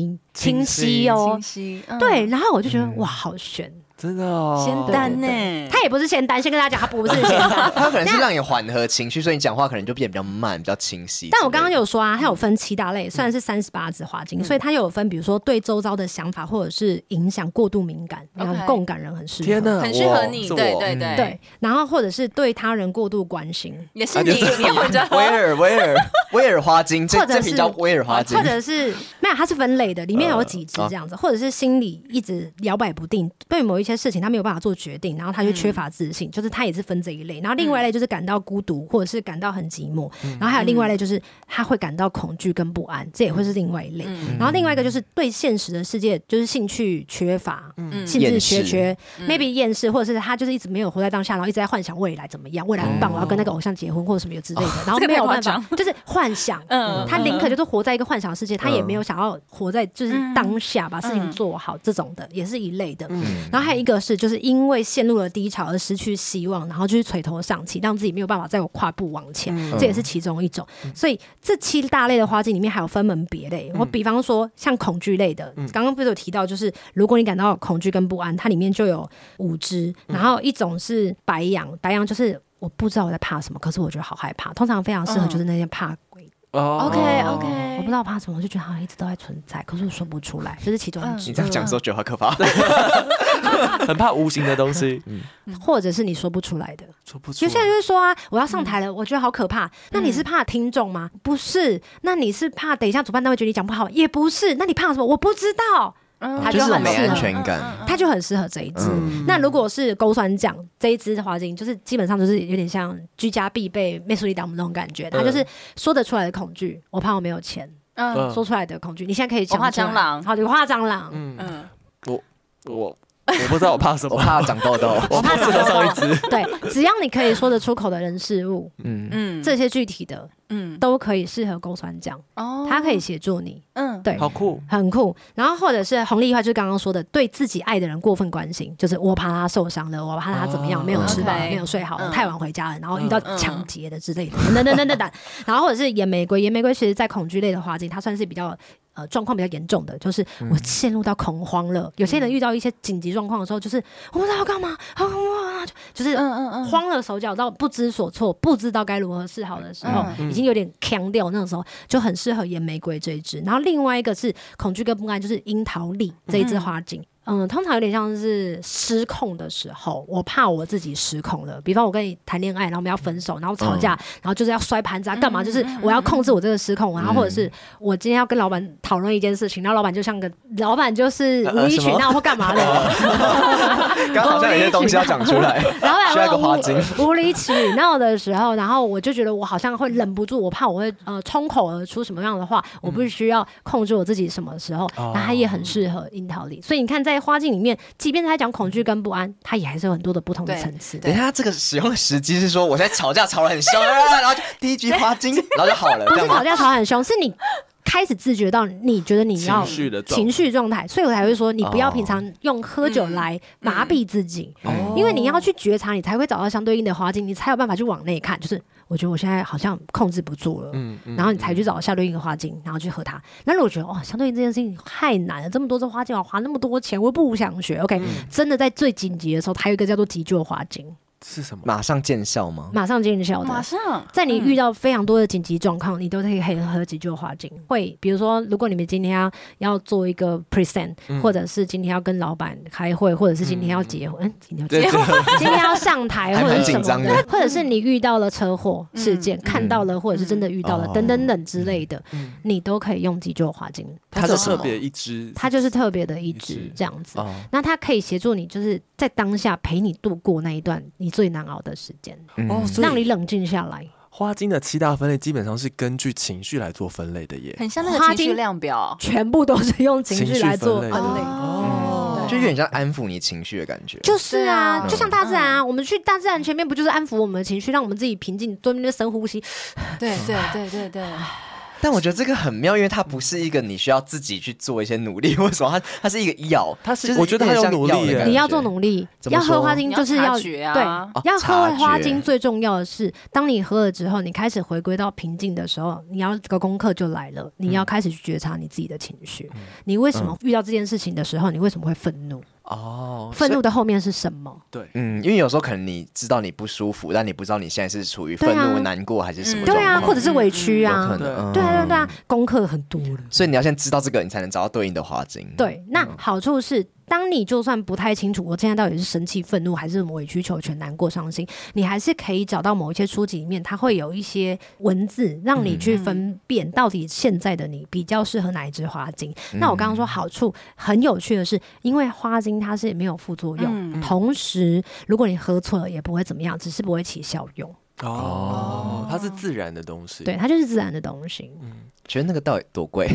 清清晰晰哦清。晰，嗯对，，然后我就觉得哇，好悬。真的哦。仙丹呢，他也不是仙丹，先跟大家讲，他不是仙丹。它可能是让你缓和情绪，所以你讲话可能就变得比较慢，比较清晰之类的。但我刚刚有说啊，它有分七大类，虽然是三十八支花精，所以它有分，比如说对周遭的想法或者是影响过度敏感，然后 OK 共感人很适合。天哪，很适合我你，是对我对嗯对对，然后或者是对他人过度关心，也啊是你，就是你也混着喝 威，尔威尔威尔花精，这 或者这是瓶叫威尔花精或，者是没有，它是分类的，里面有几支呃啊这样子，或者是心里一直摇摆不定，对某一些事情他没有办法做决定，然后他就缺乏自信，就是他也是分这一类。然后另外一类就是感到孤独，或者是感到很寂寞，然后还有另外一类就是他会感到恐惧跟不安，这也会是另外一类。嗯嗯然后另外一个就是对现实的世界就是兴趣缺乏，嗯兴致厌缺世缺，maybe 厌世，或者是他就是一直没有活在当下，然后一直在幻想未来怎么样，未来很棒，我要跟那个偶像结婚或者什么有之类的，然后哦这个没太有夸办法，就是幻想，嗯他宁可就是活在一个幻想世界，他也没有想要活在就是当下把事情做好这种的，也是一类嗯的。嗯嗯然后还有一个是，就是因为陷入了低潮而失去希望，然后就是垂头丧气，让自己没有办法再有跨步往前，嗯嗯这也是其中一种。所以这七大类的花精里面还有分门别嗯类。我比方说像恐惧类的，刚刚不是有提到，就是如果你感到恐惧跟不安，它里面就有五只，嗯然后一种是嗯白羊，白羊就是我不知道我在怕什么，可是我觉得好害怕。通常非常适合就是那些怕鬼。哦 OK 我不 OK，知道怕什么，我就觉得好像一直都在存在，可是我说不出来，这是其中嗯一你种，这样讲的时候觉得好可怕。很怕无形的东 西或者是你说不出来的。说不出有来。些人就是说啊，我要上嗯台了，我觉得好可怕。那你是怕听众吗？不是，那你是怕等一下主办单位觉得你讲不好，也不是。那你怕什么？我不知道，嗯他就就是很没适合安全感，嗯他就很适合这一支。嗯那如果是勾酸酱这一支花精，就是基本上就是有点像居家必备魅术力达姆那种感觉，它就是说得出来的恐惧，我怕我没有钱，嗯嗯说出来的恐惧。你现在可以讲我怕出来蟑螂好，你怕蟑螂，嗯，嗯，我我不知道我怕什 我么，怕长 痘痘。我怕适合上一支。对，只要你可以说得出口的人事物，嗯，嗯这些具体的嗯都可以适合勾酸酱，哦它可以协助你。嗯对，好酷，很酷。然后或者是红丽花，就是刚刚说的，对自己爱的人过分关心，就是我怕他受伤了，我怕他怎么样，哦没有吃饱， OK 没有睡好，嗯太晚回家了，然后遇到抢劫的之类的，等等等等 等。然后或者是野玫瑰，野玫瑰其实在恐惧类的花精，它算是比较。呃，状况比较严重的就是嗯我陷入到恐慌了。有些人遇到一些紧急状况的时候，就是我不知道要干嘛，好恐慌啊！就就是嗯嗯嗯，慌了手脚到不知所措，不知道该如何是好的时候，嗯已经有点腔掉，那种时候就很适合野玫瑰这一支。然后另外一个是恐惧跟不安，就是樱桃粒这一支花精。嗯通常有点像是失控的时候，我怕我自己失控了。比方我跟你谈恋爱，然后我们要分手，然后吵嗯架，然后就是要摔盘子啊，干嘛？就是我要控制我这个失控，然后或嗯者是我今天要跟老板讨论一件事情，然后老板就像个老板就是呃无理什取么闹或 干嘛的，刚好像有些东西要讲出来，老板需要一个花精会无无理取闹的时候，然后我就觉得我好像会忍不住，我怕我会呃冲口而出什么样的话，我必须要控制我自己什么时候。嗯哦那它也很适合樱桃里，所以你看在花镜里面，即便是在讲恐惧跟不安，它也还是有很多的不同的对层次。等一下，这个使用的时机是说我在吵架吵得很凶，啊然后就第一句花精，然后就好了，不这样是吗吵架吵很凶，是你开始自觉到你觉得你要情绪的状态情绪状态，所以我才会说你不要哦平常用喝酒嗯来麻痹自己，哦因为你要去觉察，你才会找到相对应的花精，你才有办法去往内看。就是我觉得我现在好像控制不住了。嗯，嗯然后你才去找相对应的花精，然后去喝它。那如果觉得哦，相对应这件事情太难啊了，这么多支花精，我花那么多钱，我又不想学。OK，、真嗯的在最紧急的时候，它有一个叫做急救花精，是什么？马上见效吗？马上见效的，马上嗯在你遇到非常多的紧急状况，你都可以可以喝急救花精。会，比如说，如果你们今天要要做一个 present，、或者是今天要跟老板开会，或者是今天要结婚，嗯今天要对结对婚， 今天要上台还或蛮者是紧什张么的或者是你遇到了车祸事件，看到了或者是真的遇到了、哦等等等之类的，嗯你都可以用急救花精，它是是什么特别一支，它就是特别的一一支支这样子。哦，那它可以协助你，就是在当下陪你度过那一段你最难熬的时间，嗯哦，所让以你冷静下来。花精的七大分类基本上是根据情绪来做分类的耶。很像那花个情绪精量表全部都是用情绪来做分情绪分类。哦就有点像安抚你情绪的感觉。就是对啊，啊就像大自然啊，我们去大自然前面不就是安抚我们的情绪，让我们自己平静，蹲那深呼吸，对对对对对，但我觉得这个很妙，因为它不是一个你需要自己去做一些努力，为什么？它它是一个药，它是就是我觉得它有有点像努力药的耶感觉你要做努力，怎么要说哦喝花精就是你要要察觉啊对，要喝察觉花精最重要的是，当你喝了之后，你开始回归到平静的时候，你要这个功课就来了，嗯你要开始去觉察你自己的情绪，你为什么遇到这件事情的时候，你为什么会愤怒？嗯哦，愤怒的后面是什么？对，嗯，因为有时候可能你知道你不舒服，但你不知道你现在是处于对愤啊怒、难过还是什么嗯对啊，状况或者是委屈有可啊，能，嗯对啊，对啊，对啊，功课很多了。所以你要先知道这个，你才能找到对应的花精。，对，那嗯好处是，当你就算不太清楚我现在到底是生气、愤怒，还是委曲求全、难过、伤心，你还是可以找到某一些书籍里面，它会有一些文字让你去分辨到底现在的你比较适合哪一支花精。那我刚刚说好处很有趣的是，因为花精它是没有副作用，嗯同时如果你喝错了也不会怎么样，只是不会起效用。哦，它是自然的东西。对，，它就是自然的东西，嗯觉得那个到底多贵？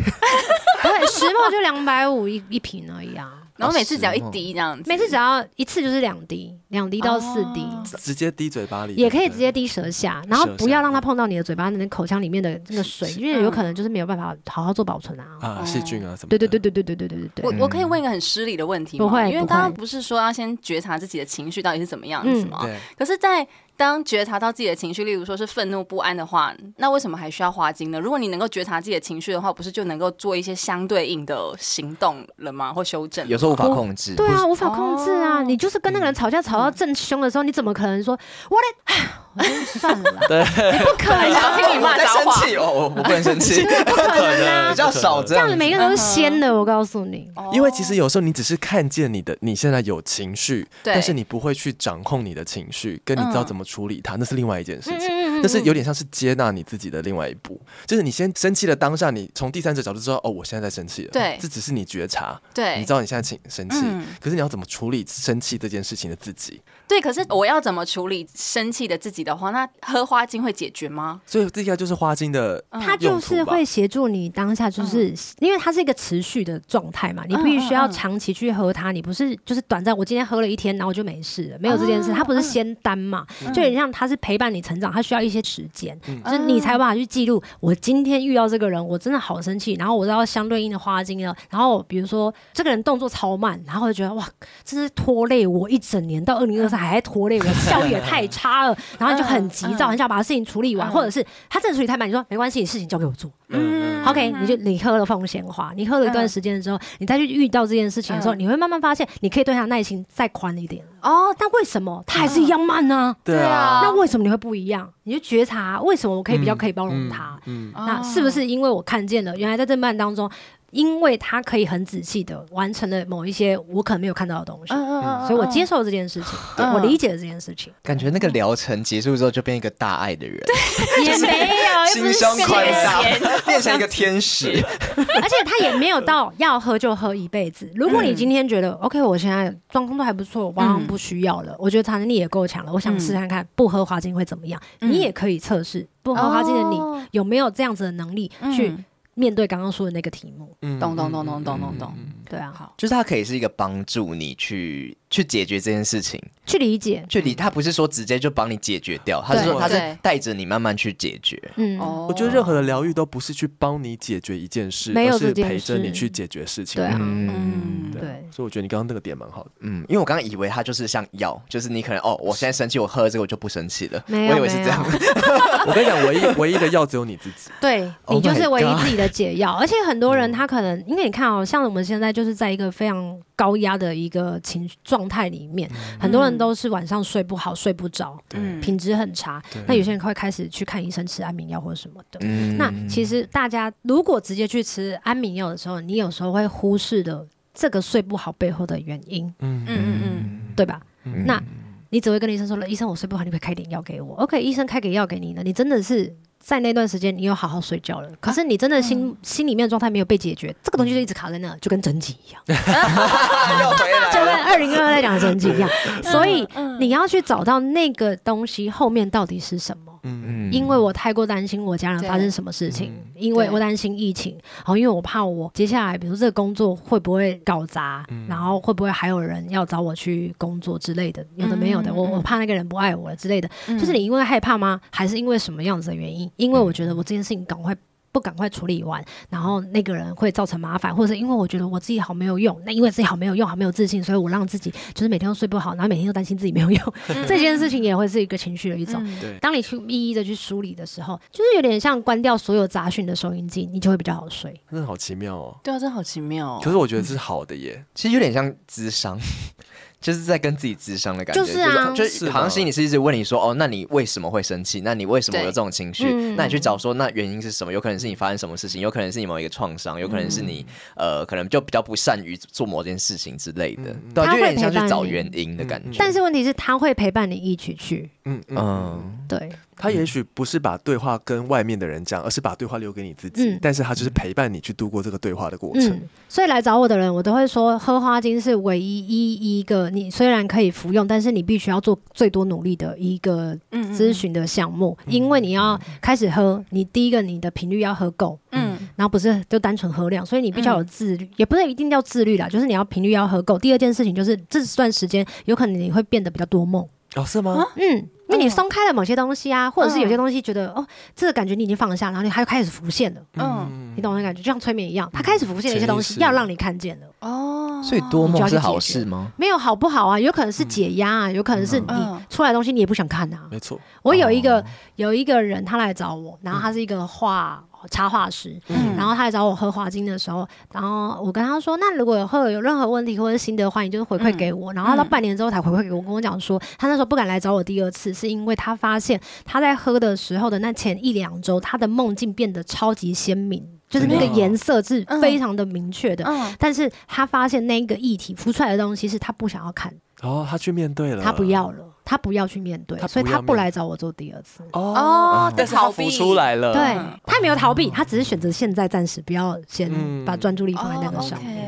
不会石墨就两百五一一瓶而已啊。然后每次十只要一哦滴这样子，每次只要一次就是两滴，两滴到四滴，哦直接滴嘴巴里也可以对不对直接滴舌下，然后舌不要下让它碰到你的嘴巴、你的口腔里面的那个水，因为有可能就是没有办法好好做保存啊。啊，细菌啊什么的。对对对对对对对对对我对。我嗯可以问一个很失礼的问题吗？不会因为不会嗯刚刚不是说要先觉察自己的情绪到底是怎么样子吗？对，可是，在当觉察到自己的情绪，例如说是愤怒不安的话，那为什么还需要花精呢？如果你能够觉察自己的情绪的话，不是就能够做一些相对应的行动了吗？或修正？有时候无法我控制。对不啊，是，无法控制啊！哦 你就是跟那个人吵架吵到正凶的时候，你怎么可能说我的？我说算了啦，不可能想听你骂在脏生话。气哦，我我不能生气，不可能 比较少这这样样子子。嗯每个人都是鲜的，我告诉你。因为其实有时候你只是看见你的你现在有情绪，对但是你不会去掌控你的情绪，跟你知道怎么处理它，那是另外一件事情。嗯那是有点像是接纳你自己的另外一步，就是你先生气的当下，你从第三者角度知道，哦，我现在在生气了。对这只是你觉察，对你知道你现在情生气嗯，可是你要怎么处理生气这件事情的自己？对，可是我要怎么处理生气的自己的话，那喝花精会解决吗？所以这个就是花精的嗯用途吧，它就是会协助你当下，就是、因为它是一个持续的状态嘛，你必须要嗯嗯嗯长期去喝它，你不是就是短暂，我今天喝了一天，然后我就没事了，没有这件事，嗯它不是仙丹嘛，就有点像它是陪伴你成长，它需要一些时间，嗯就是嗯你才有办法去记录，我今天遇到这个人，我真的好生气，然后我知道相对应的花精了，然后比如说这个人动作超慢，然后我就觉得哇，真是拖累我一整年，到二零二嗯三还在拖累我，效率也太差了，然后你就很急躁，嗯嗯很想把事情处理完，嗯或者是他真的处理太慢，你说没关系，你事情交给我做。嗯，嗯 OK，你就你喝了凤仙花，你喝了一段时间之后，你再去遇到这件事情的时候，嗯你会慢慢发现，你可以对他的耐心再宽一点。哦，嗯但为什么他还是一样慢呢？对啊，那为什么你会不一样？你就觉察为什么我可以比较可以包容他？嗯，哦嗯那是不是因为我看见了，原来在这慢当中，因为他可以很仔细的完成了某一些我可能没有看到的东西，嗯？嗯嗯所以我接受这件事情，对我理解了这件事情。感觉那个疗程结束之后就变一个大爱的人，也没有，心胸宽大变， 变成一个天使。而且他也没有到要喝就喝一辈子。如果嗯你今天觉得、OK，我现在状况都还不错，我好像不需要了，我觉得弹力也够强了，我想试看看不喝花精会怎么样。嗯你也可以测试不喝花精的你、哦嗯有没有这样子的能力去面对刚刚说的那个题目。嗯咚咚嗯咚咚咚嗯咚嗯咚嗯对啊，好就是它可以是一个帮助你去去解决这件事情，去理解，就你它不是说直接就帮你解决掉，它是对说它是对带着你慢慢去解决。嗯，哦我觉得任何的疗愈都不是去帮你解决一件事，没有而是这件陪着你事去解决事情。对啊嗯嗯对啊对所以我觉得你刚刚那个点蛮好的。嗯，因为我刚刚以为它就是像药，就是你可能哦，我现在生气，我喝了这个我就不生气了，没有我以为是这样。我跟你讲，唯一唯 一的药只有你自己。对 Oh 你就是 my 唯一 God 嗯自己的解药，而且很多人他可能，因为你看哦，像我们现在就是在一个非常高压的一个情绪状态里面，嗯很多人都是晚上睡不好、睡不着，嗯对，品质很差对。那有些人会开始去看医生吃安眠药或者什么的。嗯那其实大家如果直接去吃安眠药的时候，你有时候会忽视的这个睡不好背后的原因，嗯嗯嗯对吧？嗯那你只会跟医生说了，医生我睡不好，你可以开点药给我。OK，医生开给药给你了，你真的是。在那段时间，你有好好睡觉啊了，可是你真的心、嗯心里面的状态没有被解决，这个东西就一直卡在那，就跟整脊一样， 又回来就了，嗯跟二零二二在讲的整脊一样。所以你要去找到那个东西后面到底是什么。嗯嗯因为我太过担心我家人发生什么事情，因为我担心疫情，然后因为我怕我接下来，比如说这个工作会不会搞砸，然后会不会还有人要找我去工作之类的，有的没有的，嗯嗯我嗯我怕那个人不爱我了之类的，嗯就是你因为害怕吗？还是因为什么样子的原因？因为我觉得我这件事情赶快。不赶快处理完，然后那个人会造成麻烦，或者是因为我觉得我自己好没有用，那因为自己好没有用，好没有自信，所以我让自己就是每天都睡不好，然后每天都担心自己没有用，嗯 这件事情也会是一个情绪的一种。对，当你去一一的去梳理的时候，就是有点像关掉所有杂讯的收音机，你就会比较好睡。真的好奇妙哦。对啊，真好奇妙哦可。是我觉得是好的耶，其实有点像智商， 就是在跟自己智商的感觉，就是啊就是好像心理师一直问你说，哦，那你为什么会生气？那你为什么有对这种情绪？嗯那你去找说，那原因是什么？有可能是你发生什么事情，有可能是你某一个创伤，有可能是你、嗯呃，可能就比较不善于做某件事情之类的，嗯对啊，他就会有点像去找陪伴你原因的感觉。但是问题是，他会陪伴你一起去。嗯嗯，嗯，对，他也许不是把对话跟外面的人讲，而是把对话留给你自己嗯，但是他就是陪伴你去度过这个对话的过程。嗯，所以来找我的人，我都会说，喝花精是唯一一个你虽然可以服用，但是你必须要做最多努力的一个嗯咨，询的项目，因为你要开始喝，你第一个你的频率要喝够，嗯嗯，然后不是就单纯喝量，所以你必须要有自律，也不是一定要自律啦，就是你要频率要喝够。第二件事情就是这段时间有可能你会变得比较多梦，哦，是吗？嗯。因为你嗯松开了某些东西啊，或者是有些嗯东西觉得、哦，这个感觉你已经放下，然后你它又开始浮现了，嗯你懂我的感觉，就像催眠一样，它开始浮现了一些东潜意西，识要让你看见了。哦，嗯所以多你就梦要去是好解决事吗？没有好不好啊？有可能是解压啊，有可能是你嗯出来的东西你也不想看啊。没错，我有一个、有一个人他来找我，然后他是一个画插画师，嗯然后他来找我合华金的时候，然后我跟他说，那如果有会有任何问题或者心得，欢迎就是回嗯馈给我。然后他到半年之后才回馈给我，跟我讲说，他那时候不敢来找我第二次，是因为他发现他在喝的时候的那前一两周，他的梦境变得超级鲜明，就是那个真的哦颜色是嗯非常的明确的。嗯，但是他发现那个液体浮出来的东西是他不想要看，然后哦他去面对了，他不要了，他不要去面对，他不所以要他面不来找我做第二次。哦，哦，但是他浮出来了，对他没有逃避，他只是选择现在暂时不要先嗯把专注力放在那个上面。面。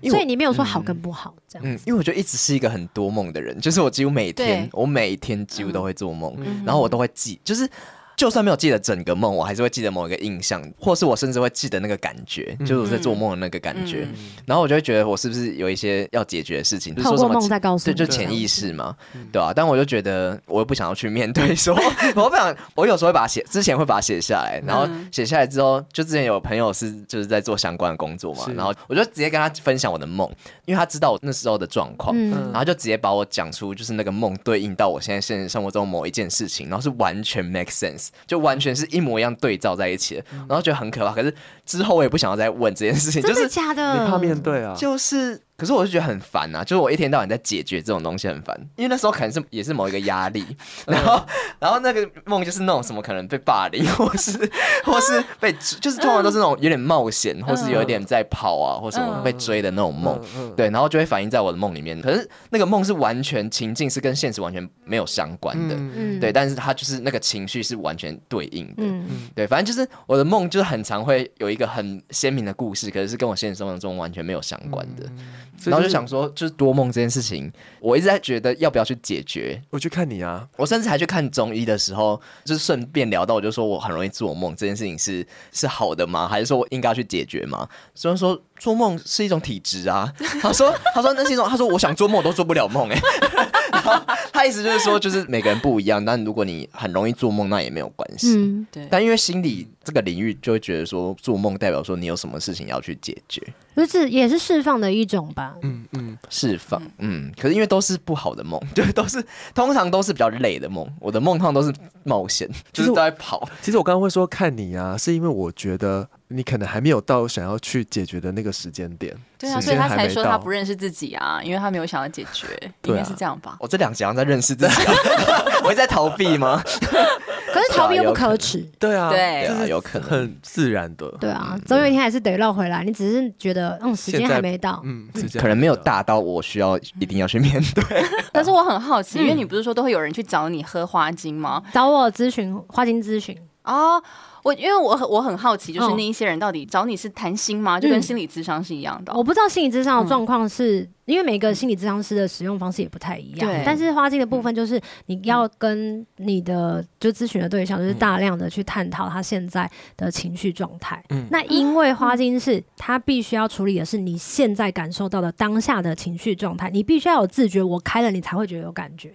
因为所我以你没有说好跟不好这样嗯子，，因为我觉得一直是一个很多梦的人， 就是我几乎每天对，我每天几乎都会做梦，嗯然后我都会记，就是就算没有记得整个梦，我还是会记得某一个印象，或是我甚至会记得那个感觉，嗯就是我在做梦的那个感觉，然后我就会觉得我是不是有一些要解决的事情，就是透说什过么梦再告诉对，你，就潜意识嘛，嗯对啊，但我就觉得，我又不想要去面对说， 我不想，我有时候会把它写，之前会把它写下来，然后嗯写下来之后，就之前有朋友是就是在做相关的工作嘛是，然后我就直接跟他分享我的梦，因为他知道我那时候的状况，嗯然后就直接把我讲出就是那个梦对应到我现在现实生活中某一件事情，然后是完全 make sense，就完全是一模一样对照在一起的，然后觉得很可怕。可是之后我也不想要再问这件事情，就嗯真是的假的？你怕面对啊，就是，可是我就觉得很烦啊，就是我一天到晚在解决这种东西很烦，因为那时候可能是也是某一个压 力，嗯然后然后那个梦就是那种什么可能被霸凌， 或是或是被就是通常都是那种有点冒险，或是有一点在跑啊，或什么嗯被追的那种梦。嗯，对，然后就会反映在我的梦里面。可是那个梦是完全情境是跟现实完全没有相关的，嗯对，但是它就是那个情绪是完全对应的。嗯对，反正就是我的梦，就是很常会有一个很鲜明的故事，可是是跟我现实生活中完全没有相关的。嗯所以然后是就想说，就是多梦这件事情，我一直在觉得要不要去解决。我去看你啊，我甚至还去看中医的时候，就是顺便聊到，我就说我很容易做梦，这件事情是是好的吗？还是说我应该要去解决吗？虽然说做梦是一种体质啊，他说他说那是一种，他说我想做梦我都做不了梦哎、欸 然后他意思就是说，就是每个人不一样，但如果你很容易做梦，那也没有关系。嗯，对，但因为心理这个领域，就会觉得说做梦代表说你有什么事情要去解决就是也是释放的一种吧。嗯嗯，释放，嗯，可是因为都是不好的梦， 对，都是通常都是比较累的梦，我的梦通常都是冒险，其就实是我都在跑，其实我刚刚会说看你啊，是因为我觉得你可能还没有到想要去解决的那个时间点，对啊，时所以间他还才没说他到不认识自己啊，因为他没有想要解 决，应对啊该是这样吧？我这两集好像在认识自己、啊， 我一直在逃避吗？可是逃避又不可耻，对啊，对对这啊，是有可能。很自然的，对啊，总有一天还是得绕回来。你只是觉得，嗯，时间现在还没到，嗯，是这样可能没有大到我需要一定要去面对，但是我很好奇，因为你不是说都会有人去找你喝花精吗？找我咨询花金咨询，哦，我因为我很我很好奇，就是嗯那一些人到底找你是谈心吗？就跟心理咨商是一样的哦、我不知道心理智商的状况是、因为每个心理智商师的使用方式也不太一样对，但是花精的部分就是你要跟你的就咨询的对象就是大量的去探讨他现在的情绪状态。嗯那因为花精是他必须要处理的是你现在感受到的当下的情绪状态，你必须要有自觉，我开了你才会觉得有感觉。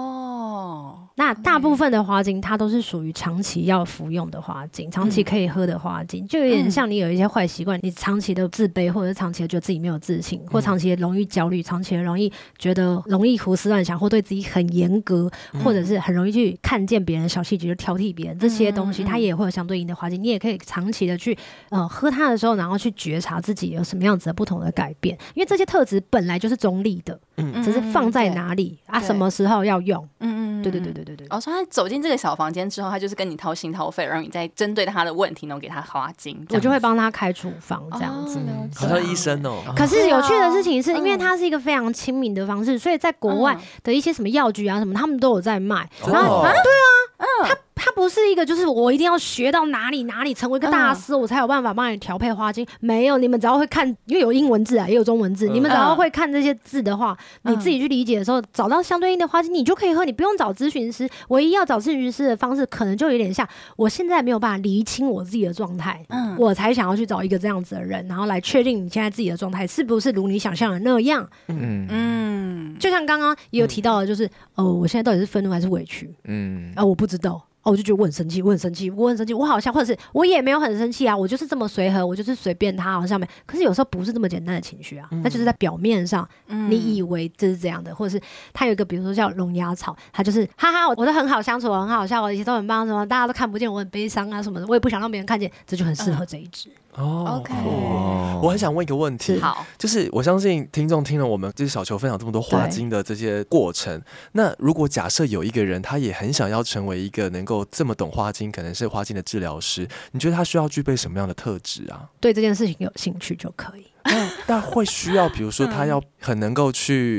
哦，那大部分的花精，它都是属于长期要服用的花精，长嗯期可以喝的花精，就有点像你有一些坏习惯，你长期的自卑，或者是长期的觉得自己没有自信，嗯或长期的容易焦虑，长期的容易觉得容易胡思乱想，或对自己很严格，嗯或者是很容易去看见别人的小细节就挑剔别人，这些嗯东西它也会有相对应的花精，你也可以长期的去呃喝它的时候，然后去觉察自己有什么样子的不同的改变，因为这些特质本来就是中立的，只是放在哪里啊，嗯对什么时候要用，嗯？嗯嗯嗯，对对对对对对。哦，所以他走进这个小房间之后，他就是跟你掏心掏肺，然后你再针对他的问题，然后给他花精，这我样就会帮他开处方这样子。子。哦了解好像医生哦，嗯可是有趣的事情是，嗯因为它是一个非常亲民的方式，所以在国外的一些什么药局啊什么，他们都有在卖。真的然后哦它不是一个就是我一定要学到哪里哪里成为一个大师，我才有办法帮你调配花精。没有，你们只要会看，因为有英文字啊，也有中文字，嗯你们只要会看这些字的话，嗯你自己去理解的时候，找到相对应的花精，你就可以喝，你不用找咨询师。唯一要找咨询师的方式，可能就有点像我现在没有办法厘清我自己的状态，嗯我才想要去找一个这样子的人，然后来确定你现在自己的状态是不是如你想象的那样。嗯嗯，哦就像刚刚也有提到的，就是、呃，我现在到底是愤怒还是委屈嗯啊、我不知道。哦，我就觉得我很生气，我很生气，我很生气，我好像或者是我也没有很生气啊，我就是这么随和，我就是随便他，好像没。可是有时候不是这么简单的情绪啊，那就是在表面上，你以为这是这样的，或者是他有一个比如说叫龙牙草，他就是哈哈，我我都很好相处，我很好笑，我一切都很棒，什么大家都看不见我很悲伤啊什么的，我也不想让别人看见，这就很适合这一只。哦 OK 哦我很想问一个问题，好，就是我相信听众听了我们就是小球分享这么多花精的这些过程，那如果假设有一个人他也很想要成为一个能够这么懂花精，可能是花精的治疗师，你觉得他需要具备什么样的特质啊？对这件事情有兴趣就可以。 那那会需要，比如嗯说他要很能够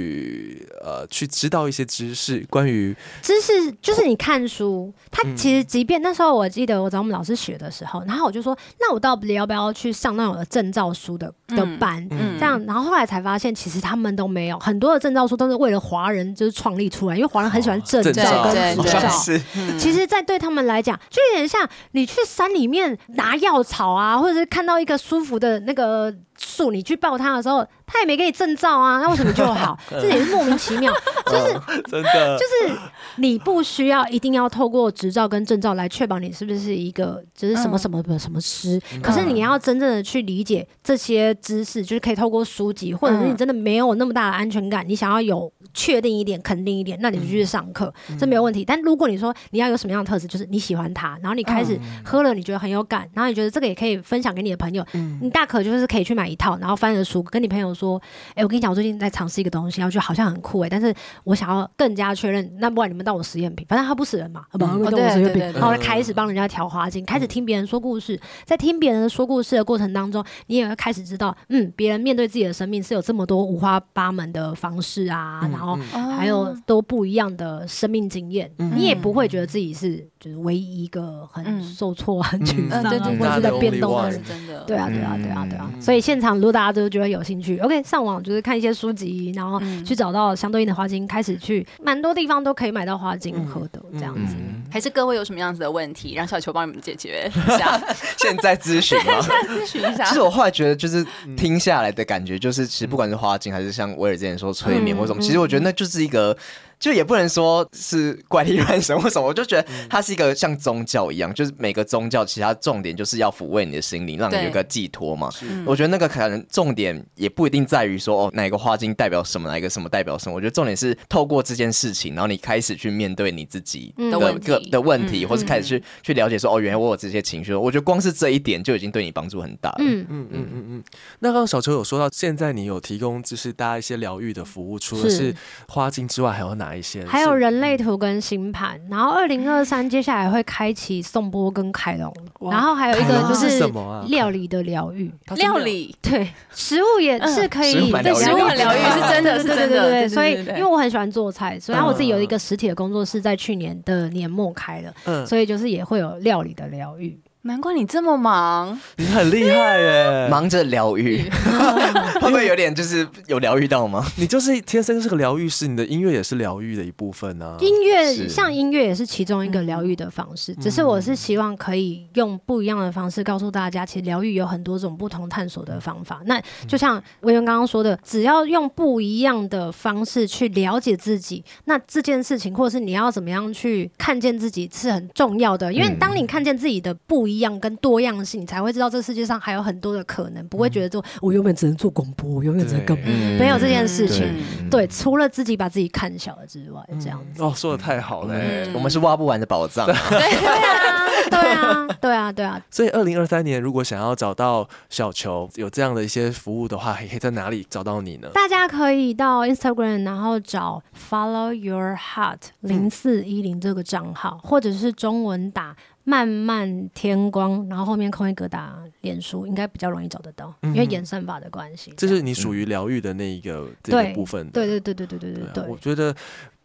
去呃去知道一些知识，关于知识就是你看书，他其嗯实即便那时候我记得我找我们老师学的时候，然后我就说，那我到底要不要去上那种有证照书的的嗯班？嗯这样，然后后来才发现，其实他们都没有很多的证照书都是为了华人就是创立出来，因为华人很喜欢证哦证照照跟对执对照对。是嗯其实，在对他们来讲，就有点像你去山里面拿药草啊，或者是看到一个舒服的那个树，你去抱它的时候，它也没给你证照啊，那为什么就好？这也是莫名其妙。真的就是你不需要一定要透过执照跟证照来确保你是不是一个就是什么什么什么师，可是你要真正的去理解这些知识，就是可以透过书籍，或者是你真的没有那么大的安全感，你想要有确定一点、肯定一点，那你就去上课，这没有问题。但如果你说你要有什么样的特质，就是你喜欢它，然后你开始喝了，你觉得很有感，然后你觉得这个也可以分享给你的朋友，你大可就是可以去买一套，然后翻着书跟你朋友说，哎，我跟你讲，我最近在尝试一个东西，然后我觉得好像很酷哎，但是我想要更加确认，那不然你们当我实验品，反正他不死人嘛，啊不，哦当对我实验品对对，对然后开始帮人家调花精，开始听别人说故事，在听别人说故事的过程当中，你也会开始知道，嗯，别人面对自己的生命是有这么多五花八门的方式啊，嗯然嗯后还有哦都不一样的生命经验，你也不会觉得自己是就是唯一一个很嗯受挫、很沮嗯丧嗯对啊，对或者是在对变对动对的对人是。真的，对啊，对啊，对啊，嗯对啊。所以现场如果大家都觉得有兴趣，OK，上网就是看一些书籍，然嗯后去找到相对应的花精，开始去蛮多地方都可以买到花精喝的这样嗯子。还是各位有什么样子的问题，让小球帮你们解决一下，现在咨询吗？ 咨询一下其。实我后来觉得，就是听下来的感觉，就是其实不管是花精还是像威尔之前说催眠或什么，其实我觉得那就是一个，就也不能说是怪力乱神或什么，我就觉得它是一个像宗教一样，就是每个宗教其他重点就是要抚慰你的心灵，让你有个寄托嘛。我觉得那个可能重点也不一定在于说哦哪一个花精代表什么，哪一个什么代表什么，我觉得重点是透过这件事情，然后你开始去面对你自己嗯的的问个题的问题，嗯或是开始去去了解说哦原来我有这些情绪，我觉得光是这一点就已经对你帮助很大了。嗯，嗯嗯嗯嗯。那刚刚小秋有说到，现在你有提供就是大家一些疗愈的服务，除了是是花精之外，还有哪一些？还有是人类图跟星盘，然后二零二三接下来会开启颂钵跟凯龙，哇然后还有一凯个龙就是是什么啊料理的疗愈。它 是料理对，食物也是可食物以，蛮对疗愈食物很疗愈是真的，对是对对真对的，对对，对所以对对因为我很喜欢做菜，所以然后我自己有一个实体的工作室，在去年的年末开的，嗯所以就是也会有料理的疗愈。难怪你这么忙，你很厉害耶，忙着疗愈， 会不会有点就是有疗愈 到吗？你就是天生是个疗愈师，你的音乐也是疗愈的一部分啊。音乐是像音乐也是其中一个疗愈的方式，只是我是希望可以用不一样的方式告诉大家，其实疗愈有很多种不同探索的方法。那就像维源刚刚说的，只要用不一样的方式去了解自己，那这件事情或者是你要怎么样去看见自己是很重要的，因为嗯当你看见自己的不一样跟多样性，你才会知道这世界上还有很多的可能，不会觉得说我永远只能做广播，我永远只能干嘛对嗯没有这件事对情。嗯对，除了自己把自己看小了之外，这样子。嗯哦，说的太好了耶。我们是挖不完的宝藏啊，对啊，对啊，对啊，对啊，所以，二零二三年如果想要找到小球有这样的一些服务的话，还可以在哪里找到你呢？大家可以到 Instagram，然后找 Follow Your Heart 零四一零这个账号，或者是中文打“漫漫天光”，然后后面空一格打脸书，应该比较容易找得到，因为演算法的关系。这是你属于疗愈的那一个这个嗯对部分的。对对对对对对对啊我对。觉得。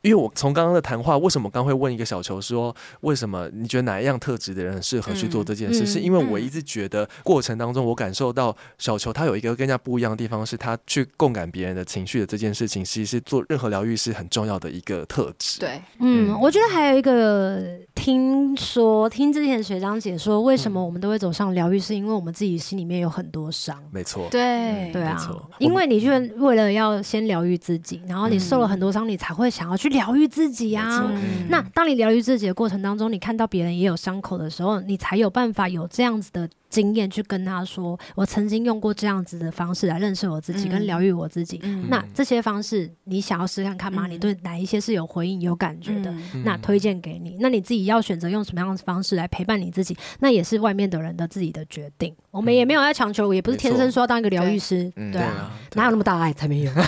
因为我从刚刚的谈话，为什么刚会问一个小球说，为什么你觉得哪一样特质的人很适合去做这件事？嗯是因为我一直觉得过程当中，我感受到小球他有一个跟人家不一样的地方，是他去共感别人的情绪的这件事情，其实是做任何疗愈是很重要的一个特质。对，嗯嗯，我觉得还有一个，听说听之前学长姐说，为什嗯么我们都会走上疗愈，是因为我们自己心里面有很多伤。没错。对对没啊错，因我为你去为了要先疗愈自己，然后你受了很多伤，你才会想要去疗愈自己没啊错。嗯那当你疗愈自己的过程当中，你看到别人也有伤口的时候，你才有办法有这样子的经验去跟他说，我曾经用过这样子的方式来认识我自己，嗯跟疗愈我自己。嗯那这些方式，你想要试看看吗？嗯你对哪一些是有回应、有感觉的？嗯嗯那推荐给你，那你自己要选择用什么样的方式来陪伴你自己，那也是外面的人的自己的决定。我们也没有要强求，也不是天生说要当一个疗愈师，嗯对对啊，啊，哪有那么大爱才没有？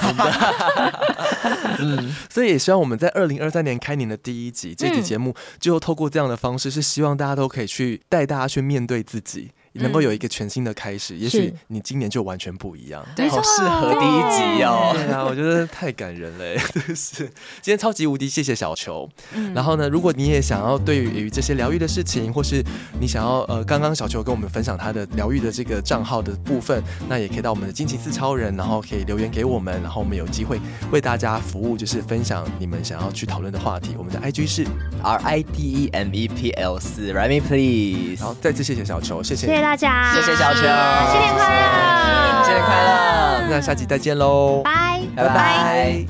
所以也希望我们在二零二三年开年的第一集这期节目，就透过这样的方式，是希望大家都可以去带大家去面对自己，能够有一个全新的开始。也许你今年就完全不一样。好适合第一集哦。 对啊，我觉得太感人 了，欸就是今天超级无敌谢谢小球。嗯然后呢，如果你也想要对于这些疗愈的事情，或是你想要呃，刚刚小球跟我们分享他的疗愈的这个账号的部分，那也可以到我们的惊奇四超人，然后可以留言给我们，然后我们有机会为大家服务，就是分享你们想要去讨论的话题。我们的 IG 是， R I D E M E P L 四 r i m e 然 Please，后再次谢谢小球，谢谢谢谢你，大家，谢谢小球，新年快乐，新年快乐，那下集再见喽，拜。拜拜。